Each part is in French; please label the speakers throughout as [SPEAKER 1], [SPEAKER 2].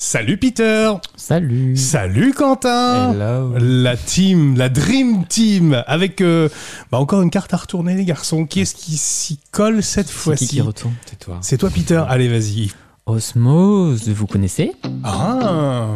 [SPEAKER 1] Salut Peter
[SPEAKER 2] Salut.
[SPEAKER 1] Salut Quentin
[SPEAKER 2] Hello.
[SPEAKER 1] La team, la Dream Team, avec euh, bah, encore une carte à retourner les garçons. Qui est-ce qui s'y colle cette
[SPEAKER 2] C'est qui qui
[SPEAKER 1] fois-ci
[SPEAKER 2] retourne C'est toi.
[SPEAKER 1] C'est toi Peter, allez vas-y.
[SPEAKER 2] Osmose, vous connaissez
[SPEAKER 1] Ah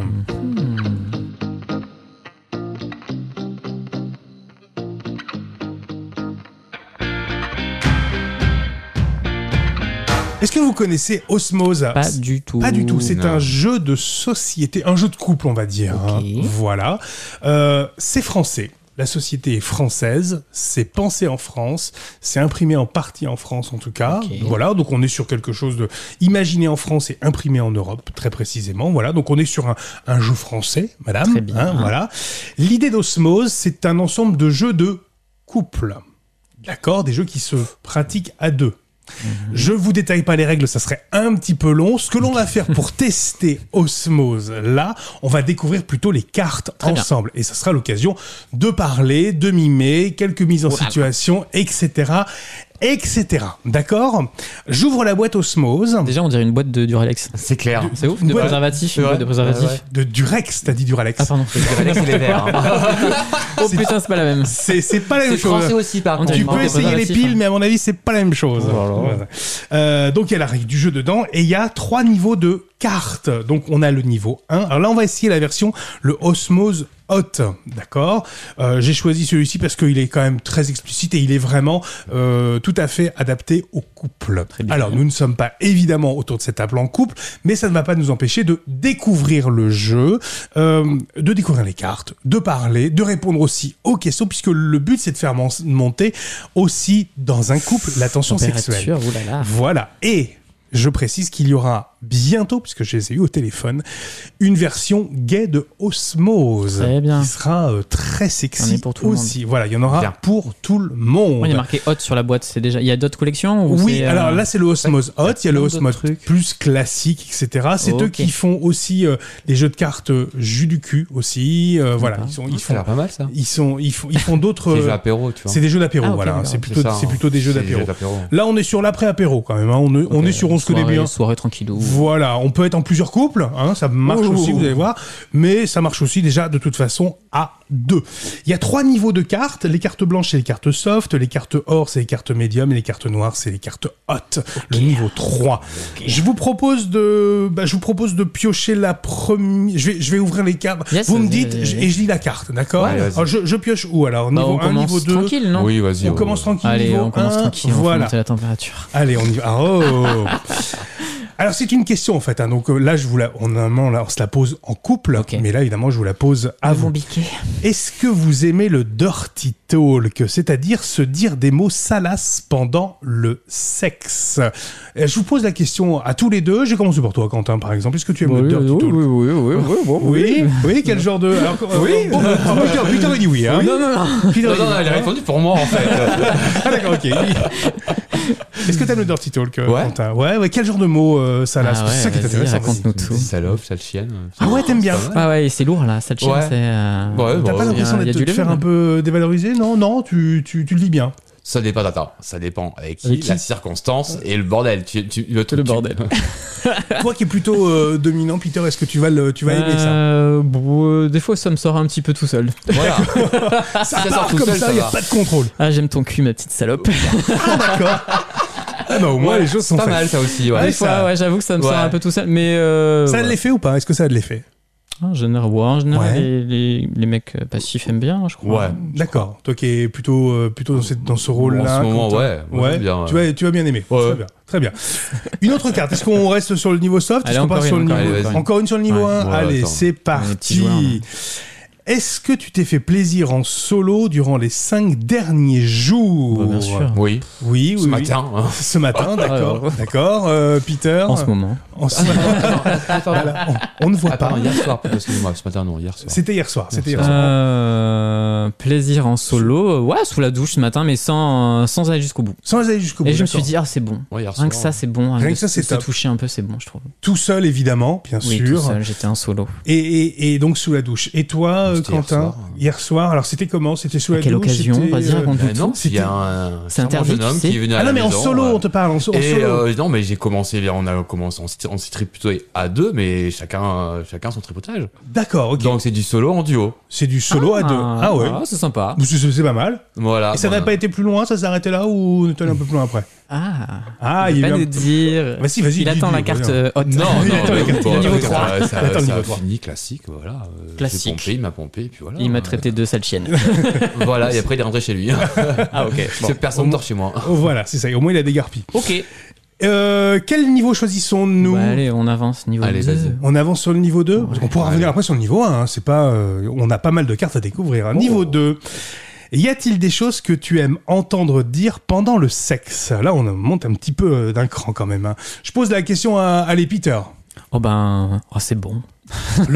[SPEAKER 1] Est-ce que vous connaissez Osmose
[SPEAKER 2] Pas du tout.
[SPEAKER 1] Pas du tout, c'est
[SPEAKER 3] non.
[SPEAKER 1] un jeu de société, un jeu de couple on va dire.
[SPEAKER 2] euh. Ok.
[SPEAKER 1] hein. Voilà. Euh, c'est français. La société est française, c'est pensé en France, c'est imprimé en partie en France en tout cas.
[SPEAKER 2] Ok.
[SPEAKER 1] Voilà, donc on est sur quelque chose de imaginé en France et imprimé en Europe très précisément. Voilà, donc on est sur un, un jeu français, madame.
[SPEAKER 2] Très bien.
[SPEAKER 1] hein, voilà. L'idée d'Osmose, c'est un ensemble de jeux de couple. D'accord, des jeux qui se pratiquent à deux. Je vous détaille pas les règles, ça serait un petit peu long. Ce que l'on va faire pour tester Osmose, là, on va découvrir plutôt les cartes
[SPEAKER 2] bien.
[SPEAKER 1] ensemble. Et ça sera l'occasion de parler, de mimer, quelques mises en
[SPEAKER 2] Oula.
[SPEAKER 1] situation, etc. etc. D'accord J'ouvre la boîte Osmose.
[SPEAKER 2] Déjà, on dirait une boîte de Duralex.
[SPEAKER 3] C'est clair.
[SPEAKER 2] C'est ouf, de
[SPEAKER 1] Ouais.
[SPEAKER 2] préservatif. Une
[SPEAKER 3] Ouais.
[SPEAKER 2] boîte de préservatif.
[SPEAKER 3] Ouais, ouais.
[SPEAKER 1] De Durex, t'as dit Duralex.
[SPEAKER 2] Ah, pardon.
[SPEAKER 3] Alex, il est vert.
[SPEAKER 1] Ah,
[SPEAKER 3] hein.
[SPEAKER 2] Oh putain, c'est pas la même.
[SPEAKER 1] C'est c'est pas la même
[SPEAKER 3] C'est
[SPEAKER 1] chose.
[SPEAKER 3] français aussi, par
[SPEAKER 2] On
[SPEAKER 3] contre.
[SPEAKER 2] dirait
[SPEAKER 1] Tu
[SPEAKER 2] une
[SPEAKER 1] peux
[SPEAKER 2] marque de
[SPEAKER 1] essayer les
[SPEAKER 2] préservatif,
[SPEAKER 1] piles,
[SPEAKER 2] hein.
[SPEAKER 1] mais à mon avis, c'est pas la même chose.
[SPEAKER 3] Voilà.
[SPEAKER 1] Voilà. Euh, donc, il y a la règle du jeu dedans et il y a trois niveaux de cartes. Donc, on a le niveau 1. Alors là, on va essayer la version, le Osmose Hot. D'accord Euh, J'ai choisi celui-ci parce qu'il est quand même très explicite et il est vraiment euh, tout à fait adapté au couple.
[SPEAKER 2] bien.
[SPEAKER 1] Alors, nous ne sommes pas évidemment autour de cette table en couple, mais ça ne va pas nous empêcher de découvrir le jeu, euh, de découvrir les cartes, de parler, de répondre aussi aux questions, puisque le but c'est de faire mon- monter aussi dans un couple la tension sexuelle.
[SPEAKER 2] hein. Température, oulala.
[SPEAKER 1] Voilà. Et je précise qu'il y aura bientôt, puisque je les ai eu au téléphone, une version gay de Osmose,
[SPEAKER 2] Très bien.
[SPEAKER 1] qui sera euh, très sexy
[SPEAKER 2] est pour tout le
[SPEAKER 1] aussi. Voilà, il y en aura
[SPEAKER 3] Bien.
[SPEAKER 1] pour tout le monde.
[SPEAKER 2] Ouais, il y a marqué hot sur la boîte. C'est déjà. Il y a d'autres collections ou
[SPEAKER 1] Oui,
[SPEAKER 2] c'est, euh,
[SPEAKER 1] alors là c'est le Osmose Hot, il y a le
[SPEAKER 2] plein d'autres
[SPEAKER 1] Osmose
[SPEAKER 2] trucs.
[SPEAKER 1] plus classique, etc. C'est eux
[SPEAKER 2] Ok.
[SPEAKER 1] qui font aussi euh, les jeux de cartes euh, jus du cul aussi. euh, voilà,
[SPEAKER 2] Sympa.
[SPEAKER 1] ils sont, ils
[SPEAKER 3] Ça a
[SPEAKER 1] font,
[SPEAKER 3] l'air pas mal, ça.
[SPEAKER 1] ils sont, ils font, ils font d'autres.
[SPEAKER 3] C'est jeux
[SPEAKER 1] euh,
[SPEAKER 3] apéro, tu vois.
[SPEAKER 1] C'est des jeux d'apéro,
[SPEAKER 2] Ah, ok,
[SPEAKER 1] voilà.
[SPEAKER 2] d'accord.
[SPEAKER 1] C'est plutôt,
[SPEAKER 3] ça,
[SPEAKER 1] c'est
[SPEAKER 3] hein.
[SPEAKER 1] plutôt des jeux
[SPEAKER 3] C'est
[SPEAKER 1] d'apéro.
[SPEAKER 3] d'apéro.
[SPEAKER 1] Là on est sur l'après apéro quand même. hein. On, est, on
[SPEAKER 2] Ok,
[SPEAKER 1] est sur on se connaît
[SPEAKER 2] euh, soirée-
[SPEAKER 1] bien.
[SPEAKER 2] Soirée tranquillou.
[SPEAKER 1] Voilà, on peut être en plusieurs couples, hein, ça marche
[SPEAKER 2] Oh.
[SPEAKER 1] aussi, vous allez voir, mais ça marche aussi déjà de toute façon à deux. Il y a trois niveaux de cartes, les cartes blanches c'est les cartes soft, les cartes or c'est les cartes médium, et les cartes noires c'est les cartes hot, le niveau 3. Je vous propose de bah, je vous propose de piocher la première, je vais, je vais ouvrir les cartes,
[SPEAKER 2] Yes,
[SPEAKER 1] vous me
[SPEAKER 2] vas-y,
[SPEAKER 1] dites,
[SPEAKER 2] vas-y, vas-y.
[SPEAKER 1] et je lis la carte, d'accord
[SPEAKER 3] Ouais, vas-y.
[SPEAKER 1] Alors, je, je pioche où alors
[SPEAKER 2] Bah,
[SPEAKER 1] Niveau
[SPEAKER 2] on
[SPEAKER 1] 1,
[SPEAKER 2] commence
[SPEAKER 1] niveau 2
[SPEAKER 2] tranquille, non
[SPEAKER 3] Oui, vas-y.
[SPEAKER 1] On commence tranquille,
[SPEAKER 2] Allez,
[SPEAKER 1] niveau
[SPEAKER 2] on commence
[SPEAKER 1] 1,
[SPEAKER 2] tranquille. On fait
[SPEAKER 1] voilà.
[SPEAKER 2] monter la température.
[SPEAKER 1] Allez, on y va. Ah, oh. Alors c'est une question en fait. hein. Donc euh, là, je vous la, on, normalement, là, on se la pose en couple,
[SPEAKER 2] Ok.
[SPEAKER 1] mais là évidemment, je vous la pose à
[SPEAKER 2] Ah bon
[SPEAKER 1] vous.
[SPEAKER 2] biquet.
[SPEAKER 1] Est-ce que vous aimez le dirty talk, c'est-à-dire se dire des mots salaces pendant le sexe Euh, Je vous pose la question à tous les deux. J'ai commencé pour toi, Quentin, par exemple. Est-ce que tu aimes le dirty talk
[SPEAKER 2] Bah oui,
[SPEAKER 1] oui,
[SPEAKER 2] oui,
[SPEAKER 1] oui, quel genre de. Alors, euh, oui, Peter, Peter, il dit oui. Hein.
[SPEAKER 2] Non, non, non.
[SPEAKER 1] Peter,
[SPEAKER 3] Non,
[SPEAKER 1] il dit
[SPEAKER 3] non, non,
[SPEAKER 1] oui.
[SPEAKER 3] elle a répondu pour moi, en fait.
[SPEAKER 1] Ah d'accord, ok. Est-ce que t'aimes le dirty talk, euh,
[SPEAKER 3] Ouais.
[SPEAKER 1] Quentin ouais, ouais, quel genre de mots euh, ça là
[SPEAKER 2] Ah
[SPEAKER 1] Parce que C'est ça qui est
[SPEAKER 2] ouais, vas-y,
[SPEAKER 1] intéressant.
[SPEAKER 2] raconte-nous
[SPEAKER 3] Des
[SPEAKER 2] tout.
[SPEAKER 3] salopes, sale chienne.
[SPEAKER 1] Ah ouais, t'aimes bien.
[SPEAKER 3] Pas mal.
[SPEAKER 2] Ah ouais, c'est lourd là, cette chaîne,
[SPEAKER 3] Ouais.
[SPEAKER 2] c'est. euh,
[SPEAKER 3] Ouais,
[SPEAKER 1] T'as
[SPEAKER 3] bah,
[SPEAKER 1] pas
[SPEAKER 3] ouais.
[SPEAKER 2] la-
[SPEAKER 1] l'impression
[SPEAKER 2] y a-
[SPEAKER 1] d'être
[SPEAKER 2] y a
[SPEAKER 1] de
[SPEAKER 2] du
[SPEAKER 1] te faire
[SPEAKER 2] level.
[SPEAKER 1] un peu euh, dévaloriser Non, non, tu, tu, tu le dis bien.
[SPEAKER 3] Ça dépend, attends, ça dépend avec qui,
[SPEAKER 2] Avec qui
[SPEAKER 3] la circonstance et le bordel. Tu, tu, le, truc,
[SPEAKER 2] Le
[SPEAKER 3] tu-
[SPEAKER 2] bordel.
[SPEAKER 1] Toi qui es plutôt euh, dominant, Peter, est-ce que tu vas, le, tu vas aimer ça
[SPEAKER 2] Euh, bon, euh, des fois, ça me sort un petit peu tout seul.
[SPEAKER 3] Voilà.
[SPEAKER 1] Ça
[SPEAKER 3] ça
[SPEAKER 1] part
[SPEAKER 3] sort tout
[SPEAKER 1] comme
[SPEAKER 3] seul,
[SPEAKER 1] ça,
[SPEAKER 3] ça
[SPEAKER 1] il n'y a
[SPEAKER 3] va.
[SPEAKER 1] pas de contrôle.
[SPEAKER 2] Ah, j'aime ton cul, ma petite salope.
[SPEAKER 1] Ah d'accord. Ah bah au moins
[SPEAKER 3] Ouais,
[SPEAKER 1] les choses sont
[SPEAKER 3] pas
[SPEAKER 1] faites.
[SPEAKER 3] mal, ça aussi, ouais.
[SPEAKER 1] Ouais,
[SPEAKER 2] Des fois,
[SPEAKER 1] Ah, ça-
[SPEAKER 2] ouais, j'avoue que ça me sort
[SPEAKER 3] Ouais.
[SPEAKER 2] un peu tout seul, mais. Euh, Ah,
[SPEAKER 1] Ça a de
[SPEAKER 2] ouais.
[SPEAKER 1] l'effet ou pas Est-ce que ça a de l'effet
[SPEAKER 2] En général, ouais, en général,
[SPEAKER 1] Ouais.
[SPEAKER 2] les, les- les mecs euh, passifs aiment bien, je crois.
[SPEAKER 3] Ouais.
[SPEAKER 1] D'accord. Toi qui es plutôt, euh, plutôt dans, cette- dans ce rôle-là.
[SPEAKER 3] En ce moment,
[SPEAKER 1] Quentin.
[SPEAKER 3] ouais.
[SPEAKER 1] Ouais, tu, vas, tu vas bien aimer.
[SPEAKER 3] Ouais,
[SPEAKER 1] Très,
[SPEAKER 3] ouais.
[SPEAKER 1] bien. Très bien. Une autre carte. Est-ce qu'on reste sur le niveau soft
[SPEAKER 2] Allez,
[SPEAKER 1] Est-ce qu'on
[SPEAKER 2] encore
[SPEAKER 1] part
[SPEAKER 2] une,
[SPEAKER 1] sur le
[SPEAKER 2] encore
[SPEAKER 1] niveau
[SPEAKER 3] une,
[SPEAKER 1] Encore,
[SPEAKER 3] vas-y.
[SPEAKER 1] une sur le niveau
[SPEAKER 2] Ouais.
[SPEAKER 1] 1
[SPEAKER 3] Ouais,
[SPEAKER 1] Allez,
[SPEAKER 3] attends.
[SPEAKER 1] c'est
[SPEAKER 2] est petits joueurs,
[SPEAKER 1] parti.
[SPEAKER 2] hein.
[SPEAKER 1] Est-ce que tu t'es fait plaisir en solo durant les cinq derniers jours
[SPEAKER 2] Bah, bien sûr.
[SPEAKER 3] Oui,
[SPEAKER 1] Oui, oui.
[SPEAKER 3] ce
[SPEAKER 1] oui.
[SPEAKER 3] matin. hein.
[SPEAKER 1] Ce matin, d'accord.
[SPEAKER 2] ouais.
[SPEAKER 1] D'accord, euh, Peter.
[SPEAKER 2] En ce moment.
[SPEAKER 1] En ce moment. Voilà, on, on ne voit
[SPEAKER 3] Ah, pardon,
[SPEAKER 1] pas.
[SPEAKER 3] hier soir, excusez-moi, ce matin, non, hier soir.
[SPEAKER 1] C'était hier soir. C'était hier
[SPEAKER 3] Merci.
[SPEAKER 1] soir.
[SPEAKER 2] Euh, euh, plaisir en solo, euh, ouais, sous la douche ce matin, mais sans, euh, sans aller jusqu'au bout.
[SPEAKER 1] Sans aller jusqu'au bout.
[SPEAKER 2] Et je me suis
[SPEAKER 1] d'accord.
[SPEAKER 2] dit, ah, c'est bon.
[SPEAKER 3] Ouais, hier
[SPEAKER 2] Rien que ça,
[SPEAKER 3] soir,
[SPEAKER 2] c'est bon. Hein,
[SPEAKER 1] Rien
[SPEAKER 2] de
[SPEAKER 1] que ça,
[SPEAKER 2] se-
[SPEAKER 1] c'est
[SPEAKER 2] se
[SPEAKER 1] top.
[SPEAKER 2] toucher un peu, c'est bon, je trouve.
[SPEAKER 1] Tout seul, évidemment, bien
[SPEAKER 2] Oui, tout
[SPEAKER 1] sûr.
[SPEAKER 2] seul, j'étais en solo.
[SPEAKER 1] Et, et, et donc sous la douche. Et toi, euh,
[SPEAKER 3] C'était hier
[SPEAKER 1] Quentin, hier
[SPEAKER 3] soir.
[SPEAKER 1] soir, alors c'était comment C'était sous
[SPEAKER 2] À
[SPEAKER 1] la
[SPEAKER 2] quelle
[SPEAKER 1] douche
[SPEAKER 2] occasion
[SPEAKER 1] c'était,
[SPEAKER 2] Vas-y,
[SPEAKER 1] euh,
[SPEAKER 2] raconte-nous
[SPEAKER 3] Euh, non,
[SPEAKER 2] tout.
[SPEAKER 3] il y a un,
[SPEAKER 2] C'est
[SPEAKER 3] sûrement un
[SPEAKER 2] interdit,
[SPEAKER 3] jeune homme
[SPEAKER 2] tu sais.
[SPEAKER 3] qui est venu à
[SPEAKER 1] Ah non,
[SPEAKER 3] la
[SPEAKER 1] mais en
[SPEAKER 3] maison,
[SPEAKER 1] solo,
[SPEAKER 3] euh,
[SPEAKER 1] on te parle, en, so- en
[SPEAKER 3] Et
[SPEAKER 1] solo.
[SPEAKER 3] euh, non, mais j'ai commencé, on a commencé, on s'est- on s'est tripoté à deux, mais chacun, euh, chacun son tripotage.
[SPEAKER 1] D'accord, ok.
[SPEAKER 3] Donc c'est du solo en duo.
[SPEAKER 1] C'est du solo à deux. Ah ouais.
[SPEAKER 2] Oh,
[SPEAKER 3] c'est sympa.
[SPEAKER 1] C'est- C'est c'est pas mal.
[SPEAKER 3] Ah, Voilà.
[SPEAKER 1] et ça
[SPEAKER 3] bon,
[SPEAKER 1] n'a pas été plus loin, ça s'est arrêté là ou on est allé un peu plus loin après
[SPEAKER 2] Ah,
[SPEAKER 1] Ah,
[SPEAKER 2] il
[SPEAKER 1] il y
[SPEAKER 2] va
[SPEAKER 1] a eu
[SPEAKER 2] pas
[SPEAKER 1] un-
[SPEAKER 2] nous dire.
[SPEAKER 1] Vas-y, vas-y.
[SPEAKER 2] Il
[SPEAKER 1] dis,
[SPEAKER 2] attend
[SPEAKER 1] dis,
[SPEAKER 2] la
[SPEAKER 1] dis,
[SPEAKER 2] carte
[SPEAKER 1] regarde.
[SPEAKER 2] euh, haute.
[SPEAKER 3] Non, non,
[SPEAKER 1] Il attend
[SPEAKER 3] mais
[SPEAKER 1] les cartes.
[SPEAKER 3] bon,
[SPEAKER 2] Niveau
[SPEAKER 3] euh,
[SPEAKER 2] 3.
[SPEAKER 3] Ça, ça-
[SPEAKER 1] Il attend le
[SPEAKER 3] ça
[SPEAKER 1] niveau
[SPEAKER 3] a
[SPEAKER 1] 3.
[SPEAKER 3] fini classique, voilà. Euh, j'ai
[SPEAKER 2] Classique.
[SPEAKER 3] pompé, il m'a pompé, et puis voilà.
[SPEAKER 2] Il m'a traité de sale chienne.
[SPEAKER 3] Voilà, et après il est rentré chez lui.
[SPEAKER 2] Ah, ok.
[SPEAKER 3] Parce que personne ne dort chez moi.
[SPEAKER 1] Oh, voilà, c'est ça. Au moins, il a dégarpi.
[SPEAKER 2] Ok.
[SPEAKER 1] Euh, quel niveau choisissons-nous
[SPEAKER 2] Bah, allez, on avance niveau
[SPEAKER 3] Allez,
[SPEAKER 2] 2.
[SPEAKER 3] vas-y.
[SPEAKER 1] On avance sur le niveau 2 Parce qu'on pourra revenir après sur le niveau 1. hein. C'est pas, euh, on a pas mal de cartes à découvrir.
[SPEAKER 2] Oh.
[SPEAKER 1] hein. Niveau 2. Y a-t-il des choses que tu aimes entendre dire pendant le sexe Là, on monte un petit peu euh, d'un cran quand même. hein. Je pose la question à, à Peter.
[SPEAKER 2] Oh ben, oh, c'est bon.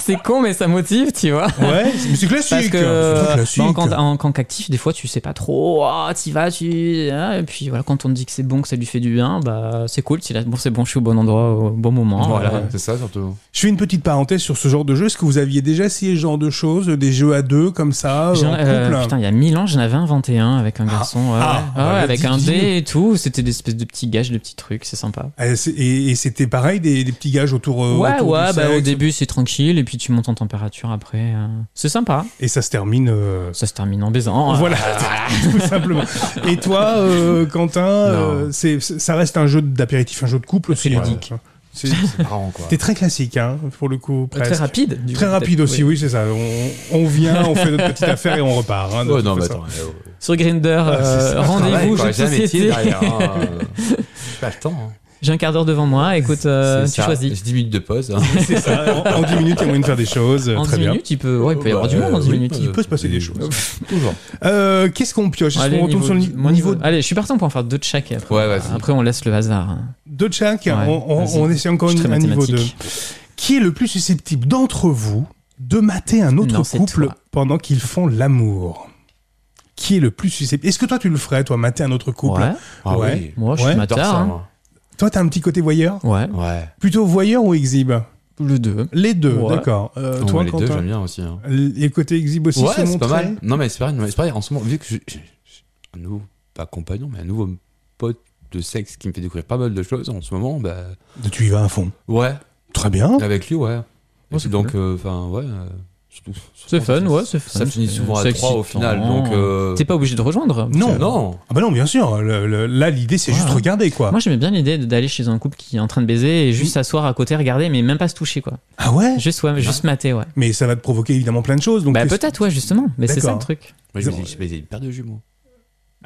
[SPEAKER 2] c'est con, mais ça motive, tu vois.
[SPEAKER 1] Ouais, c'est- mais c'est classique.
[SPEAKER 2] Parce
[SPEAKER 1] c'est
[SPEAKER 2] que
[SPEAKER 1] très
[SPEAKER 2] euh,
[SPEAKER 1] classique.
[SPEAKER 2] en, camp- en camp actif, des fois, tu sais pas trop. Ah, t'y vas, tu. ah, et puis voilà, quand on te dit que c'est bon, que ça lui fait du bien, bah c'est cool. Tu là, bon, c'est bon, je suis au bon endroit, au bon moment.
[SPEAKER 3] Voilà,
[SPEAKER 2] Euh,
[SPEAKER 3] c'est ça surtout.
[SPEAKER 1] Je fais une petite parenthèse sur ce genre de jeu. Est-ce que vous aviez déjà essayé ce genre de choses, des jeux à deux comme ça,
[SPEAKER 2] J'en-
[SPEAKER 1] Oh, en couple
[SPEAKER 2] euh, putain, il y a 1000 ans, j'en avais inventé un avec un garçon. ouais,
[SPEAKER 1] ah,
[SPEAKER 2] ouais.
[SPEAKER 1] bah,
[SPEAKER 2] Ouais,
[SPEAKER 1] le
[SPEAKER 2] avec
[SPEAKER 1] dis-
[SPEAKER 2] un
[SPEAKER 1] dis-nous.
[SPEAKER 2] dé et tout. C'était des espèces de petits gages, de petits trucs. C'est sympa.
[SPEAKER 1] Et Eh, c'est- Et, et c'était pareil, des, des petits gages autour. euh,
[SPEAKER 2] ouais,
[SPEAKER 1] autour
[SPEAKER 2] ouais.
[SPEAKER 1] du
[SPEAKER 2] Bah, au
[SPEAKER 1] sexe,
[SPEAKER 2] début, c'est tranquille. Et puis, tu montes en température après. euh, C'est sympa.
[SPEAKER 1] Et ça se termine. euh,
[SPEAKER 2] Ça se termine en baisant. euh,
[SPEAKER 1] Voilà, tout simplement. Et toi, euh, Quentin, euh, c'est, c'est- ça reste un jeu d'apéritif, un jeu de couple aussi.
[SPEAKER 2] C'est
[SPEAKER 1] hein.
[SPEAKER 2] ludique.
[SPEAKER 1] C'est,
[SPEAKER 3] C'est marrant, quoi.
[SPEAKER 1] c'était très classique, hein, pour le coup. presque.
[SPEAKER 2] Très rapide. du
[SPEAKER 1] Très
[SPEAKER 2] coup,
[SPEAKER 1] rapide
[SPEAKER 2] peut-être,
[SPEAKER 1] aussi,
[SPEAKER 2] oui.
[SPEAKER 1] oui, c'est ça. On, on vient, on fait notre petite affaire et on repart. hein, de
[SPEAKER 3] Ouais,
[SPEAKER 1] toute
[SPEAKER 3] non, mais
[SPEAKER 1] façon.
[SPEAKER 3] attends. euh,
[SPEAKER 2] Sur Grinder,
[SPEAKER 1] Ah, c'est ça.
[SPEAKER 2] rendez-vous,
[SPEAKER 3] ouais,
[SPEAKER 2] jeu de
[SPEAKER 3] quoi, j'ai un métier
[SPEAKER 2] société.
[SPEAKER 3] derrière, hein. J'ai Pas le temps. hein.
[SPEAKER 2] J'ai un quart d'heure devant moi. Écoute, euh,
[SPEAKER 3] C'est
[SPEAKER 2] tu
[SPEAKER 3] ça.
[SPEAKER 2] choisis.
[SPEAKER 3] J'ai 10 minutes de pause. hein.
[SPEAKER 1] C'est ça. En, en 10 minutes, il y a moyen de faire des choses.
[SPEAKER 2] En
[SPEAKER 1] très
[SPEAKER 2] 10
[SPEAKER 1] bien.
[SPEAKER 2] minutes, il peut, ouais, il peut y avoir du
[SPEAKER 3] Euh,
[SPEAKER 2] monde en 10
[SPEAKER 3] oui,
[SPEAKER 2] minutes.
[SPEAKER 1] Il peut se passer des choses.
[SPEAKER 3] Toujours.
[SPEAKER 1] Euh, qu'est-ce qu'on pioche Est-ce
[SPEAKER 2] Allez,
[SPEAKER 1] qu'on retourne sur le ni-
[SPEAKER 2] mon
[SPEAKER 1] niveau
[SPEAKER 2] Allez, je suis partant pour en faire deux de chaque. et Après,
[SPEAKER 3] Ouais, vas-y.
[SPEAKER 1] Ah,
[SPEAKER 2] après, on laisse le hasard. hein.
[SPEAKER 1] de chaque
[SPEAKER 2] Ouais,
[SPEAKER 1] on, on-
[SPEAKER 2] vas-y.
[SPEAKER 1] on essaie encore
[SPEAKER 2] Je suis
[SPEAKER 1] une,
[SPEAKER 2] très
[SPEAKER 1] un niveau 2.
[SPEAKER 2] mathématique.
[SPEAKER 1] Qui est le plus susceptible d'entre vous de mater un autre
[SPEAKER 2] Non, c'est
[SPEAKER 1] couple
[SPEAKER 2] toi.
[SPEAKER 1] pendant qu'ils font l'amour Qui est le plus susceptible Est-ce que toi tu le ferais, toi, mater un autre couple
[SPEAKER 2] Ouais.
[SPEAKER 3] Ah
[SPEAKER 1] Ouais.
[SPEAKER 3] oui.
[SPEAKER 2] Moi, je
[SPEAKER 1] Ouais,
[SPEAKER 2] suis
[SPEAKER 3] J'adore
[SPEAKER 2] matard.
[SPEAKER 3] ça,
[SPEAKER 2] hein.
[SPEAKER 3] moi.
[SPEAKER 1] Toi, t'as un petit côté voyeur
[SPEAKER 2] Ouais.
[SPEAKER 3] Ouais.
[SPEAKER 1] Plutôt voyeur ou exhibe
[SPEAKER 2] Le 2.
[SPEAKER 1] Les deux,
[SPEAKER 2] Ouais.
[SPEAKER 1] d'accord. Euh,
[SPEAKER 3] Non,
[SPEAKER 1] toi,
[SPEAKER 3] mais les deux,
[SPEAKER 1] Quentin
[SPEAKER 3] j'aime bien aussi. hein.
[SPEAKER 1] Les côtés exhibe aussi
[SPEAKER 3] Ouais,
[SPEAKER 1] se
[SPEAKER 3] c'est pas
[SPEAKER 1] montrer
[SPEAKER 3] mal. Non, mais c'est pareil, non, mais c'est pareil. En ce moment, vu que j'ai j'ai- j'ai un nouveau, pas compagnon, mais un nouveau pote de sexe qui me fait découvrir pas mal de choses en ce moment, bah.
[SPEAKER 1] Tu y vas à fond.
[SPEAKER 3] Ouais,
[SPEAKER 1] Très bien.
[SPEAKER 3] avec lui, ouais. Et
[SPEAKER 2] c'est
[SPEAKER 3] puis donc, euh, enfin, ouais. euh, je trouve-
[SPEAKER 2] C'est fun, ouais, c'est fun.
[SPEAKER 3] Ça finit souvent à
[SPEAKER 2] C'est
[SPEAKER 3] 3 au final,
[SPEAKER 2] excitant.
[SPEAKER 3] donc. euh,
[SPEAKER 2] T'es pas obligé de rejoindre.
[SPEAKER 1] Non.
[SPEAKER 3] Non
[SPEAKER 1] Ah bah non, bien sûr. le- le- là, l'idée, c'est
[SPEAKER 2] Ouais.
[SPEAKER 1] juste regarder, quoi.
[SPEAKER 2] Moi j'aimais bien l'idée de- d'aller chez un couple qui est en train de baiser et juste s'asseoir à côté, regarder, mais même pas se toucher quoi.
[SPEAKER 1] Ah ouais
[SPEAKER 2] Juste, ouais, juste mater, ouais.
[SPEAKER 1] Mais ça va te provoquer évidemment plein de choses. Donc
[SPEAKER 2] bah
[SPEAKER 1] qu'est-ce-
[SPEAKER 2] peut-être, ouais, justement. Mais c'est ça
[SPEAKER 1] D'accord.
[SPEAKER 2] le truc.
[SPEAKER 3] Moi, je me dis, j'ai une paire de jumeaux.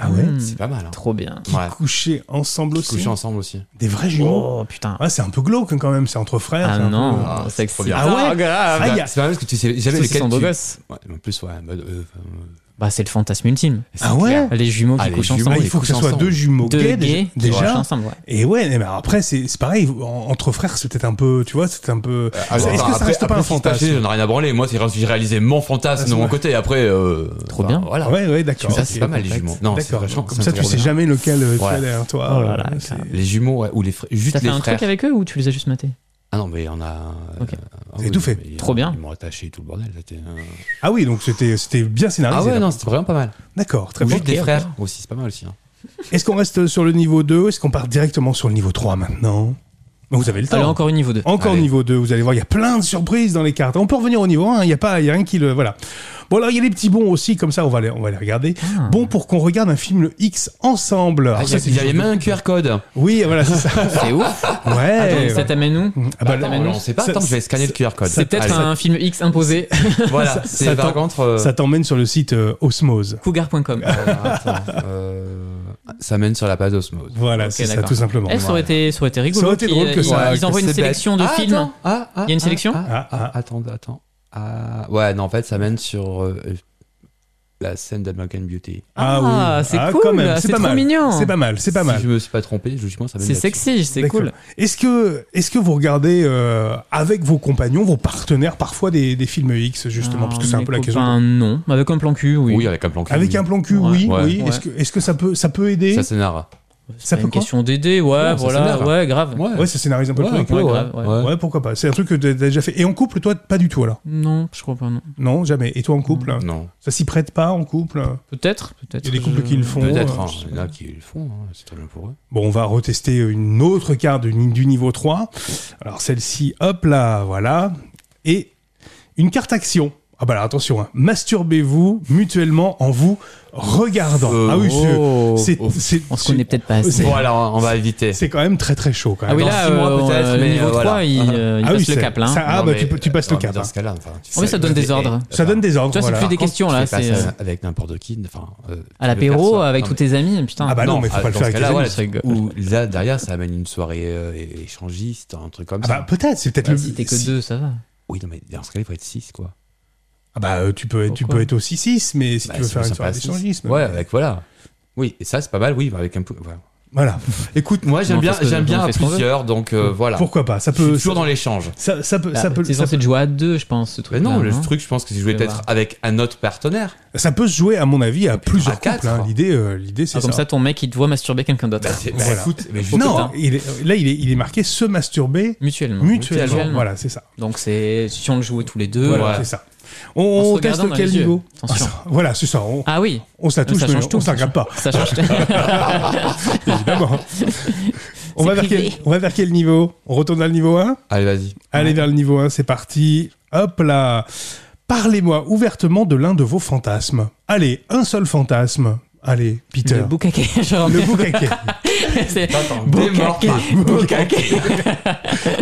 [SPEAKER 1] Ah ouais
[SPEAKER 2] Hmm,
[SPEAKER 3] C'est pas mal, hein.
[SPEAKER 2] Trop bien.
[SPEAKER 3] Ouais.
[SPEAKER 1] Coucher ensemble
[SPEAKER 3] Qui
[SPEAKER 1] aussi.
[SPEAKER 3] couchent ensemble aussi.
[SPEAKER 1] Des vrais jumeaux.
[SPEAKER 2] Oh putain.
[SPEAKER 1] Ouais, c'est un peu glauque hein, quand même, c'est entre frères.
[SPEAKER 2] Ah
[SPEAKER 1] c'est un peu-
[SPEAKER 2] non,
[SPEAKER 3] Ah,
[SPEAKER 2] c'est
[SPEAKER 3] trop
[SPEAKER 2] excitant.
[SPEAKER 3] bien.
[SPEAKER 1] Ah ouais
[SPEAKER 2] grave.
[SPEAKER 1] Ah,
[SPEAKER 3] C'est
[SPEAKER 1] y
[SPEAKER 3] pas
[SPEAKER 1] a-
[SPEAKER 3] c'est pas mal parce que tu sais jamais
[SPEAKER 2] Ceux qui
[SPEAKER 3] lequel.
[SPEAKER 2] sont beaux
[SPEAKER 3] tu-
[SPEAKER 2] gosses.
[SPEAKER 3] Ouais, mais en plus, ouais. bah, euh, enfin, euh,
[SPEAKER 2] Bah c'est le fantasme ultime.
[SPEAKER 1] Ah ouais
[SPEAKER 3] clair.
[SPEAKER 2] Les jumeaux
[SPEAKER 3] Ah,
[SPEAKER 2] qui
[SPEAKER 3] les
[SPEAKER 2] couchent
[SPEAKER 3] jumeaux,
[SPEAKER 1] Ah,
[SPEAKER 2] ensemble.
[SPEAKER 1] il
[SPEAKER 3] les
[SPEAKER 1] faut que ce
[SPEAKER 3] couchent
[SPEAKER 1] soit
[SPEAKER 3] ensemble.
[SPEAKER 1] deux jumeaux
[SPEAKER 2] Deux
[SPEAKER 1] gays,
[SPEAKER 2] gays qui
[SPEAKER 1] déjà.
[SPEAKER 2] couchent
[SPEAKER 1] déjà.
[SPEAKER 2] ensemble, ouais.
[SPEAKER 1] Et ouais, mais après, c'est c'est pareil, en- entre frères, c'est peut-être un peu, tu vois, c'est un peu.
[SPEAKER 3] Ah,
[SPEAKER 1] Est-ce
[SPEAKER 3] attends,
[SPEAKER 1] que ça
[SPEAKER 3] après-
[SPEAKER 1] reste pas
[SPEAKER 3] après,
[SPEAKER 1] un
[SPEAKER 3] ce qui se passe,
[SPEAKER 1] fantasme Ah,
[SPEAKER 3] J'en ai rien à branler. Moi, c'est quand j'ai réalisé mon fantasme de mon côté. Après, euh,
[SPEAKER 2] Trop
[SPEAKER 3] enfin,
[SPEAKER 2] bien.
[SPEAKER 3] Voilà.
[SPEAKER 1] Ouais, ouais, d'accord.
[SPEAKER 3] Ça, c'est
[SPEAKER 1] ok.
[SPEAKER 3] pas mal, les jumeaux. Non, c'est
[SPEAKER 1] D'accord.
[SPEAKER 3] vachement-
[SPEAKER 1] Comme ça, tu
[SPEAKER 3] c'est
[SPEAKER 1] sais
[SPEAKER 3] bien.
[SPEAKER 1] jamais lequel euh, tu
[SPEAKER 3] Ouais.
[SPEAKER 1] as derrière toi.
[SPEAKER 2] Oh là là,
[SPEAKER 1] euh,
[SPEAKER 2] grave.
[SPEAKER 1] c'est-
[SPEAKER 3] Les jumeaux, ouais, ou les frères, juste
[SPEAKER 2] T'as fait
[SPEAKER 3] les
[SPEAKER 2] un truc
[SPEAKER 3] frères.
[SPEAKER 2] avec eux ou tu les as juste matés
[SPEAKER 3] Ah non, mais on a. euh, ah
[SPEAKER 2] Ok.
[SPEAKER 1] C'est tout fait.
[SPEAKER 2] Trop bien.
[SPEAKER 3] Ils m'ont attaché et tout le bordel. C'était. euh,
[SPEAKER 1] Ah oui, donc c'était c'était bien
[SPEAKER 3] Ah
[SPEAKER 1] scénarisé.
[SPEAKER 3] ouais,
[SPEAKER 1] là.
[SPEAKER 3] non, c'était vraiment pas mal.
[SPEAKER 1] D'accord, très
[SPEAKER 3] Ou
[SPEAKER 1] bien.
[SPEAKER 3] juste des
[SPEAKER 2] ok.
[SPEAKER 3] frères aussi, c'est pas mal aussi. hein.
[SPEAKER 1] Est-ce qu'on reste sur le niveau 2 Est-ce qu'on part directement sur le niveau 3 maintenant Vous avez le temps.
[SPEAKER 2] Allez, encore une niveau 2.
[SPEAKER 1] Encore
[SPEAKER 3] Allez.
[SPEAKER 1] niveau 2, vous allez voir, il y a plein de surprises dans les cartes. On peut revenir au niveau 1, il n'y a pas, il y a rien qui le, voilà. Bon, alors il y a des petits bons aussi, comme ça, on va les, on va les regarder. Bon pour qu'on regarde un film le X ensemble. Alors,
[SPEAKER 3] Ah,
[SPEAKER 1] ça,
[SPEAKER 3] il y a-
[SPEAKER 1] c'est- Ah,
[SPEAKER 3] il y avait même un QR code.
[SPEAKER 1] Oui, voilà, c'est ça.
[SPEAKER 2] C'est ouf.
[SPEAKER 1] Ouais.
[SPEAKER 2] Ça t'amène où
[SPEAKER 1] Ah bah,
[SPEAKER 3] Attends,
[SPEAKER 1] non,
[SPEAKER 3] on sait pas.
[SPEAKER 1] ça-
[SPEAKER 3] Attends, je vais scanner le QR code.
[SPEAKER 2] C'est peut-être
[SPEAKER 3] Allez.
[SPEAKER 2] un film X imposé.
[SPEAKER 3] Voilà,
[SPEAKER 1] ça
[SPEAKER 3] c'est par
[SPEAKER 1] t'en-
[SPEAKER 3] contre. euh,
[SPEAKER 1] ça t'emmène sur le site euh, Osmose.
[SPEAKER 2] Cougar.com.
[SPEAKER 3] attends, euh, Ça mène sur la page Osmose.
[SPEAKER 1] Voilà, c'est ça,
[SPEAKER 2] d'accord.
[SPEAKER 1] tout simplement.
[SPEAKER 2] Eh, ça aurait été, ça aurait été rigolo.
[SPEAKER 1] Ça aurait été
[SPEAKER 2] qu'ils-
[SPEAKER 1] drôle que
[SPEAKER 2] ils,
[SPEAKER 1] ça-
[SPEAKER 2] Ils
[SPEAKER 1] que
[SPEAKER 2] envoient une
[SPEAKER 3] C'est bête.
[SPEAKER 2] sélection de
[SPEAKER 3] Ah,
[SPEAKER 2] films.
[SPEAKER 3] attends, ah, ah,
[SPEAKER 2] Il y a une
[SPEAKER 3] ah,
[SPEAKER 2] sélection
[SPEAKER 3] ah,
[SPEAKER 1] Ah,
[SPEAKER 3] ah, Attends, attends. Ah, Ouais, non, en fait, ça mène sur. euh, la scène d'American Beauty.
[SPEAKER 2] Ah, c'est cool,
[SPEAKER 1] quand même,
[SPEAKER 2] c'est
[SPEAKER 1] pas
[SPEAKER 2] trop
[SPEAKER 1] mal.
[SPEAKER 2] mignon.
[SPEAKER 1] C'est pas mal, c'est pas
[SPEAKER 3] si
[SPEAKER 1] mal.
[SPEAKER 3] je me suis pas trompé, logiquement, ça va
[SPEAKER 2] C'est
[SPEAKER 3] être là-dessus.
[SPEAKER 2] sexy, c'est
[SPEAKER 1] D'accord.
[SPEAKER 2] cool.
[SPEAKER 1] Est-ce que, est-ce que vous regardez euh, avec vos compagnons, vos partenaires, parfois des, des films X,
[SPEAKER 3] Ah,
[SPEAKER 1] justement Parce que c'est un peu la question.
[SPEAKER 2] Un non, avec un plan cul, oui.
[SPEAKER 3] Oui, avec un plan cul,
[SPEAKER 1] Avec
[SPEAKER 3] oui.
[SPEAKER 1] un plan cul,
[SPEAKER 2] Ouais,
[SPEAKER 1] oui,
[SPEAKER 3] ouais,
[SPEAKER 1] oui.
[SPEAKER 2] ouais.
[SPEAKER 1] Est-ce que, est-ce que ça peut, ça peut aider
[SPEAKER 3] Ça scénara.
[SPEAKER 1] ça
[SPEAKER 2] ça
[SPEAKER 1] peut
[SPEAKER 2] peut une
[SPEAKER 1] quoi
[SPEAKER 2] question d'aider, ouais,
[SPEAKER 3] ça
[SPEAKER 2] voilà,
[SPEAKER 3] s'énerve.
[SPEAKER 2] ouais, grave.
[SPEAKER 3] Ouais.
[SPEAKER 1] Ouais, ça scénarise un peu
[SPEAKER 3] Ouais,
[SPEAKER 1] le truc. hein,
[SPEAKER 2] ouais,
[SPEAKER 1] Ouais,
[SPEAKER 2] grave, ouais.
[SPEAKER 3] ouais.
[SPEAKER 1] pourquoi pas. C'est un truc que t'as déjà fait. Et en couple, toi, pas du tout alors
[SPEAKER 2] Non, je crois pas, non.
[SPEAKER 1] Non, jamais. Et toi, en couple
[SPEAKER 3] Non,
[SPEAKER 1] Ça s'y prête pas en couple
[SPEAKER 2] Peut-être, peut-être.
[SPEAKER 1] Il y a des couples
[SPEAKER 2] je-
[SPEAKER 1] qui le font.
[SPEAKER 3] peut-être.
[SPEAKER 1] euh,
[SPEAKER 3] hein, Il y en a qui le font, hein, c'est très bien pour eux.
[SPEAKER 1] Bon, on va retester une autre carte du, ni- du niveau 3. Alors celle-ci, hop là, voilà. Et une carte action. Ah bah alors attention, hein. masturbez-vous mutuellement en vous regardant.
[SPEAKER 3] Euh,
[SPEAKER 1] ah oui, c'est-
[SPEAKER 2] Oh,
[SPEAKER 1] c'est...
[SPEAKER 3] oh.
[SPEAKER 1] c'est-
[SPEAKER 2] on se
[SPEAKER 1] c'est-
[SPEAKER 2] connaît peut-être pas assez.
[SPEAKER 1] C'est-
[SPEAKER 3] Bon, alors, on va éviter.
[SPEAKER 1] C'est quand même très très chaud quand
[SPEAKER 2] Ah
[SPEAKER 1] même.
[SPEAKER 2] oui,
[SPEAKER 3] Dans
[SPEAKER 2] là,
[SPEAKER 3] six mois,
[SPEAKER 2] euh,
[SPEAKER 3] peut-être,
[SPEAKER 2] euh,
[SPEAKER 3] mais,
[SPEAKER 2] niveau
[SPEAKER 3] euh,
[SPEAKER 2] 3,
[SPEAKER 3] voilà.
[SPEAKER 2] il, euh, il
[SPEAKER 1] Ah oui,
[SPEAKER 2] passe le
[SPEAKER 1] c'est-
[SPEAKER 2] cap, là. hein.
[SPEAKER 1] ça- ah
[SPEAKER 3] Non,
[SPEAKER 1] bah
[SPEAKER 3] mais,
[SPEAKER 1] tu, peux- tu
[SPEAKER 3] euh,
[SPEAKER 1] passes
[SPEAKER 3] non,
[SPEAKER 1] le
[SPEAKER 3] mais
[SPEAKER 1] cap.
[SPEAKER 3] Dans
[SPEAKER 1] hein.
[SPEAKER 3] ce cas-là, enfin, tu
[SPEAKER 2] En fait,
[SPEAKER 3] sais,
[SPEAKER 2] ça donne
[SPEAKER 3] tu
[SPEAKER 2] des
[SPEAKER 3] fais-
[SPEAKER 2] ordres.
[SPEAKER 1] Ça donne des ordres.
[SPEAKER 2] Eh ben, Toi, c'est
[SPEAKER 1] voilà.
[SPEAKER 2] plus des
[SPEAKER 3] Par contre,
[SPEAKER 2] questions,
[SPEAKER 3] tu
[SPEAKER 2] là,
[SPEAKER 3] fais pas
[SPEAKER 2] c'est,
[SPEAKER 3] ça
[SPEAKER 2] euh,
[SPEAKER 3] avec n'importe qui. Enfin, euh,
[SPEAKER 2] À
[SPEAKER 3] tu veux faire
[SPEAKER 2] l'apéro,
[SPEAKER 3] ça.
[SPEAKER 2] avec
[SPEAKER 3] Non,
[SPEAKER 2] tous
[SPEAKER 3] mais-
[SPEAKER 2] tes amis, putain.
[SPEAKER 1] Ah bah non, mais faut
[SPEAKER 3] ah,
[SPEAKER 1] pas le
[SPEAKER 3] dans
[SPEAKER 1] faire avec
[SPEAKER 3] ce cas-là,
[SPEAKER 1] les
[SPEAKER 2] amis,
[SPEAKER 3] voilà,
[SPEAKER 2] ça rigole.
[SPEAKER 3] Ou là, derrière, ça amène une soirée euh, é- échangiste, un truc comme
[SPEAKER 1] Ah
[SPEAKER 3] ça.
[SPEAKER 1] bah peut-être, c'est peut-être
[SPEAKER 2] Bah,
[SPEAKER 1] le
[SPEAKER 2] si t'es que
[SPEAKER 1] si-
[SPEAKER 2] deux, ça va.
[SPEAKER 3] Oui, non, mais dans ce cas-là, il faut être 6, quoi.
[SPEAKER 1] Ah bah euh, tu peux être, tu
[SPEAKER 2] Pourquoi
[SPEAKER 1] peux être aussi 6 mais si
[SPEAKER 3] Bah,
[SPEAKER 1] tu veux
[SPEAKER 3] c'est
[SPEAKER 1] faire
[SPEAKER 3] plus
[SPEAKER 1] une
[SPEAKER 3] sympa
[SPEAKER 1] soirée
[SPEAKER 3] à six.
[SPEAKER 1] d'échangisme.
[SPEAKER 3] Ouais, avec, voilà. Oui, et ça, c'est pas mal, oui, avec un peu. voilà.
[SPEAKER 1] Voilà.
[SPEAKER 3] Écoute, moi,
[SPEAKER 2] On
[SPEAKER 3] j'aime
[SPEAKER 2] fait
[SPEAKER 3] bien,
[SPEAKER 2] ce que-
[SPEAKER 3] j'aime bien
[SPEAKER 2] on
[SPEAKER 3] à
[SPEAKER 2] fait ce qu'on veut.
[SPEAKER 3] plusieurs, donc euh, voilà.
[SPEAKER 1] Pourquoi pas Ça
[SPEAKER 3] Je suis
[SPEAKER 1] peut
[SPEAKER 3] toujours dans l'échange.
[SPEAKER 1] ça, ça peut
[SPEAKER 2] Bah,
[SPEAKER 1] ça peut
[SPEAKER 2] C'est
[SPEAKER 1] ça
[SPEAKER 2] censé
[SPEAKER 1] peut-
[SPEAKER 2] jouer à deux, je pense, ce truc.
[SPEAKER 3] Mais non, le truc, je pense que si je jouais
[SPEAKER 2] Je
[SPEAKER 3] peut-être
[SPEAKER 2] vois.
[SPEAKER 3] avec un autre partenaire,
[SPEAKER 1] Ça peut se jouer, à mon avis, à plusieurs
[SPEAKER 3] à quatre,
[SPEAKER 1] couples. hein.
[SPEAKER 3] hein.
[SPEAKER 1] L'idée, euh, l'idée, c'est
[SPEAKER 2] Ah, Comme
[SPEAKER 1] ça.
[SPEAKER 2] ça, ton mec, il te voit masturber quelqu'un d'autre.
[SPEAKER 3] bah, c'est- bah,
[SPEAKER 1] Voilà.
[SPEAKER 3] écoute, mais je-
[SPEAKER 1] non,
[SPEAKER 2] putain.
[SPEAKER 1] il est- là, il est, il est marqué se masturber mutuellement.
[SPEAKER 2] Mutuellement. Mmh, Mutuellement.
[SPEAKER 1] Voilà, c'est ça.
[SPEAKER 2] Donc, c'est si on le jouait tous les deux. euh,
[SPEAKER 1] Voilà,
[SPEAKER 3] ouais.
[SPEAKER 1] c'est ça. On,
[SPEAKER 2] se
[SPEAKER 1] on
[SPEAKER 2] regardant
[SPEAKER 1] teste
[SPEAKER 2] dans
[SPEAKER 1] quel
[SPEAKER 2] les yeux.
[SPEAKER 1] niveau
[SPEAKER 2] Attention.
[SPEAKER 1] Ah, ça- Voilà, c'est ça. On,
[SPEAKER 2] Ah oui,
[SPEAKER 1] on se la
[SPEAKER 2] Mais
[SPEAKER 1] touche,
[SPEAKER 2] ça
[SPEAKER 1] mais
[SPEAKER 2] change
[SPEAKER 1] on
[SPEAKER 2] tout,
[SPEAKER 1] ne
[SPEAKER 2] ça
[SPEAKER 1] regarde pas,
[SPEAKER 2] ça change.
[SPEAKER 1] évidemment. on,
[SPEAKER 2] C'est
[SPEAKER 1] va vers quel,
[SPEAKER 2] privé.
[SPEAKER 1] on va vers quel niveau On retourne vers le niveau 1
[SPEAKER 3] Allez, vas-y.
[SPEAKER 1] Allez vers le niveau 1, c'est parti. Hop là Parlez-moi ouvertement de l'un de vos fantasmes. Allez, un seul fantasme. Allez, Peter.
[SPEAKER 2] Le boucaquet, genre.
[SPEAKER 1] Le boucaquet.
[SPEAKER 2] c'est-
[SPEAKER 3] Attends,
[SPEAKER 2] Boucaquet.
[SPEAKER 3] Bokake.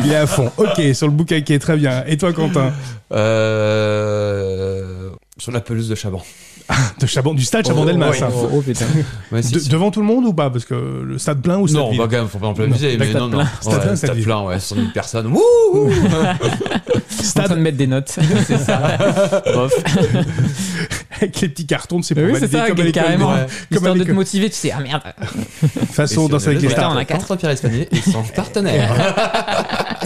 [SPEAKER 1] Il est à fond. Ok, sur le boucaquet, très bien. Et toi, Quentin
[SPEAKER 3] Euh, Sur la pelouse de Chaban.
[SPEAKER 1] De Chabon, du stade Chabon-Delmas. hein.
[SPEAKER 2] Oh, oh, putain.
[SPEAKER 3] Ouais, si,
[SPEAKER 1] De-
[SPEAKER 3] si.
[SPEAKER 1] devant tout le monde ou pas Parce que le stade plein ou stade
[SPEAKER 3] Non,
[SPEAKER 1] vide
[SPEAKER 3] bah, quand même, faut pas en plein musée,
[SPEAKER 1] Non,
[SPEAKER 3] mais
[SPEAKER 1] stade
[SPEAKER 3] non, non.
[SPEAKER 2] plein.
[SPEAKER 1] Stade
[SPEAKER 3] Ouais,
[SPEAKER 1] plein, stade
[SPEAKER 3] Stade
[SPEAKER 1] vide.
[SPEAKER 3] plein, ouais, 100 000 personnes. Wouh
[SPEAKER 2] en train de
[SPEAKER 1] Stade
[SPEAKER 2] mettre des notes. c'est ça. Bof.
[SPEAKER 1] avec les petits cartons de ses
[SPEAKER 2] Bah oui,
[SPEAKER 1] poubelles.
[SPEAKER 2] c'est ça,
[SPEAKER 1] comme à l'école,
[SPEAKER 2] carrément.
[SPEAKER 1] ouais. Comme à
[SPEAKER 2] Histoire de te
[SPEAKER 1] l'école.
[SPEAKER 2] motiver, tu sais, ah merde.
[SPEAKER 1] De toute façon, dans cette
[SPEAKER 2] Putain,
[SPEAKER 1] guitare.
[SPEAKER 2] on a quatre.
[SPEAKER 3] Contre Pierre Espagnier et son partenaire.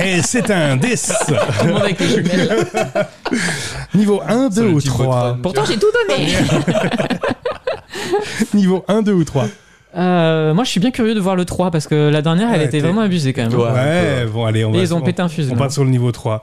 [SPEAKER 1] Et c'est un 10
[SPEAKER 2] Tout le monde avec les jumelles.
[SPEAKER 1] Niveau 1, 2
[SPEAKER 3] le
[SPEAKER 1] ou
[SPEAKER 3] petit beau
[SPEAKER 1] 3
[SPEAKER 3] crâne.
[SPEAKER 2] Pourtant, j'ai tout donné.
[SPEAKER 1] Niveau 1, 2 ou 3
[SPEAKER 2] Euh, moi, je suis bien curieux de voir le 3 parce que la dernière, elle
[SPEAKER 1] Ouais,
[SPEAKER 2] était
[SPEAKER 1] t'es-
[SPEAKER 2] vraiment abusée quand même.
[SPEAKER 3] Ouais,
[SPEAKER 1] Ouais,
[SPEAKER 3] un peu.
[SPEAKER 1] bon, allez, on
[SPEAKER 2] Et
[SPEAKER 1] va.
[SPEAKER 2] ils ont
[SPEAKER 1] on-
[SPEAKER 2] pété un fusil.
[SPEAKER 1] On
[SPEAKER 2] là.
[SPEAKER 1] part sur le niveau 3.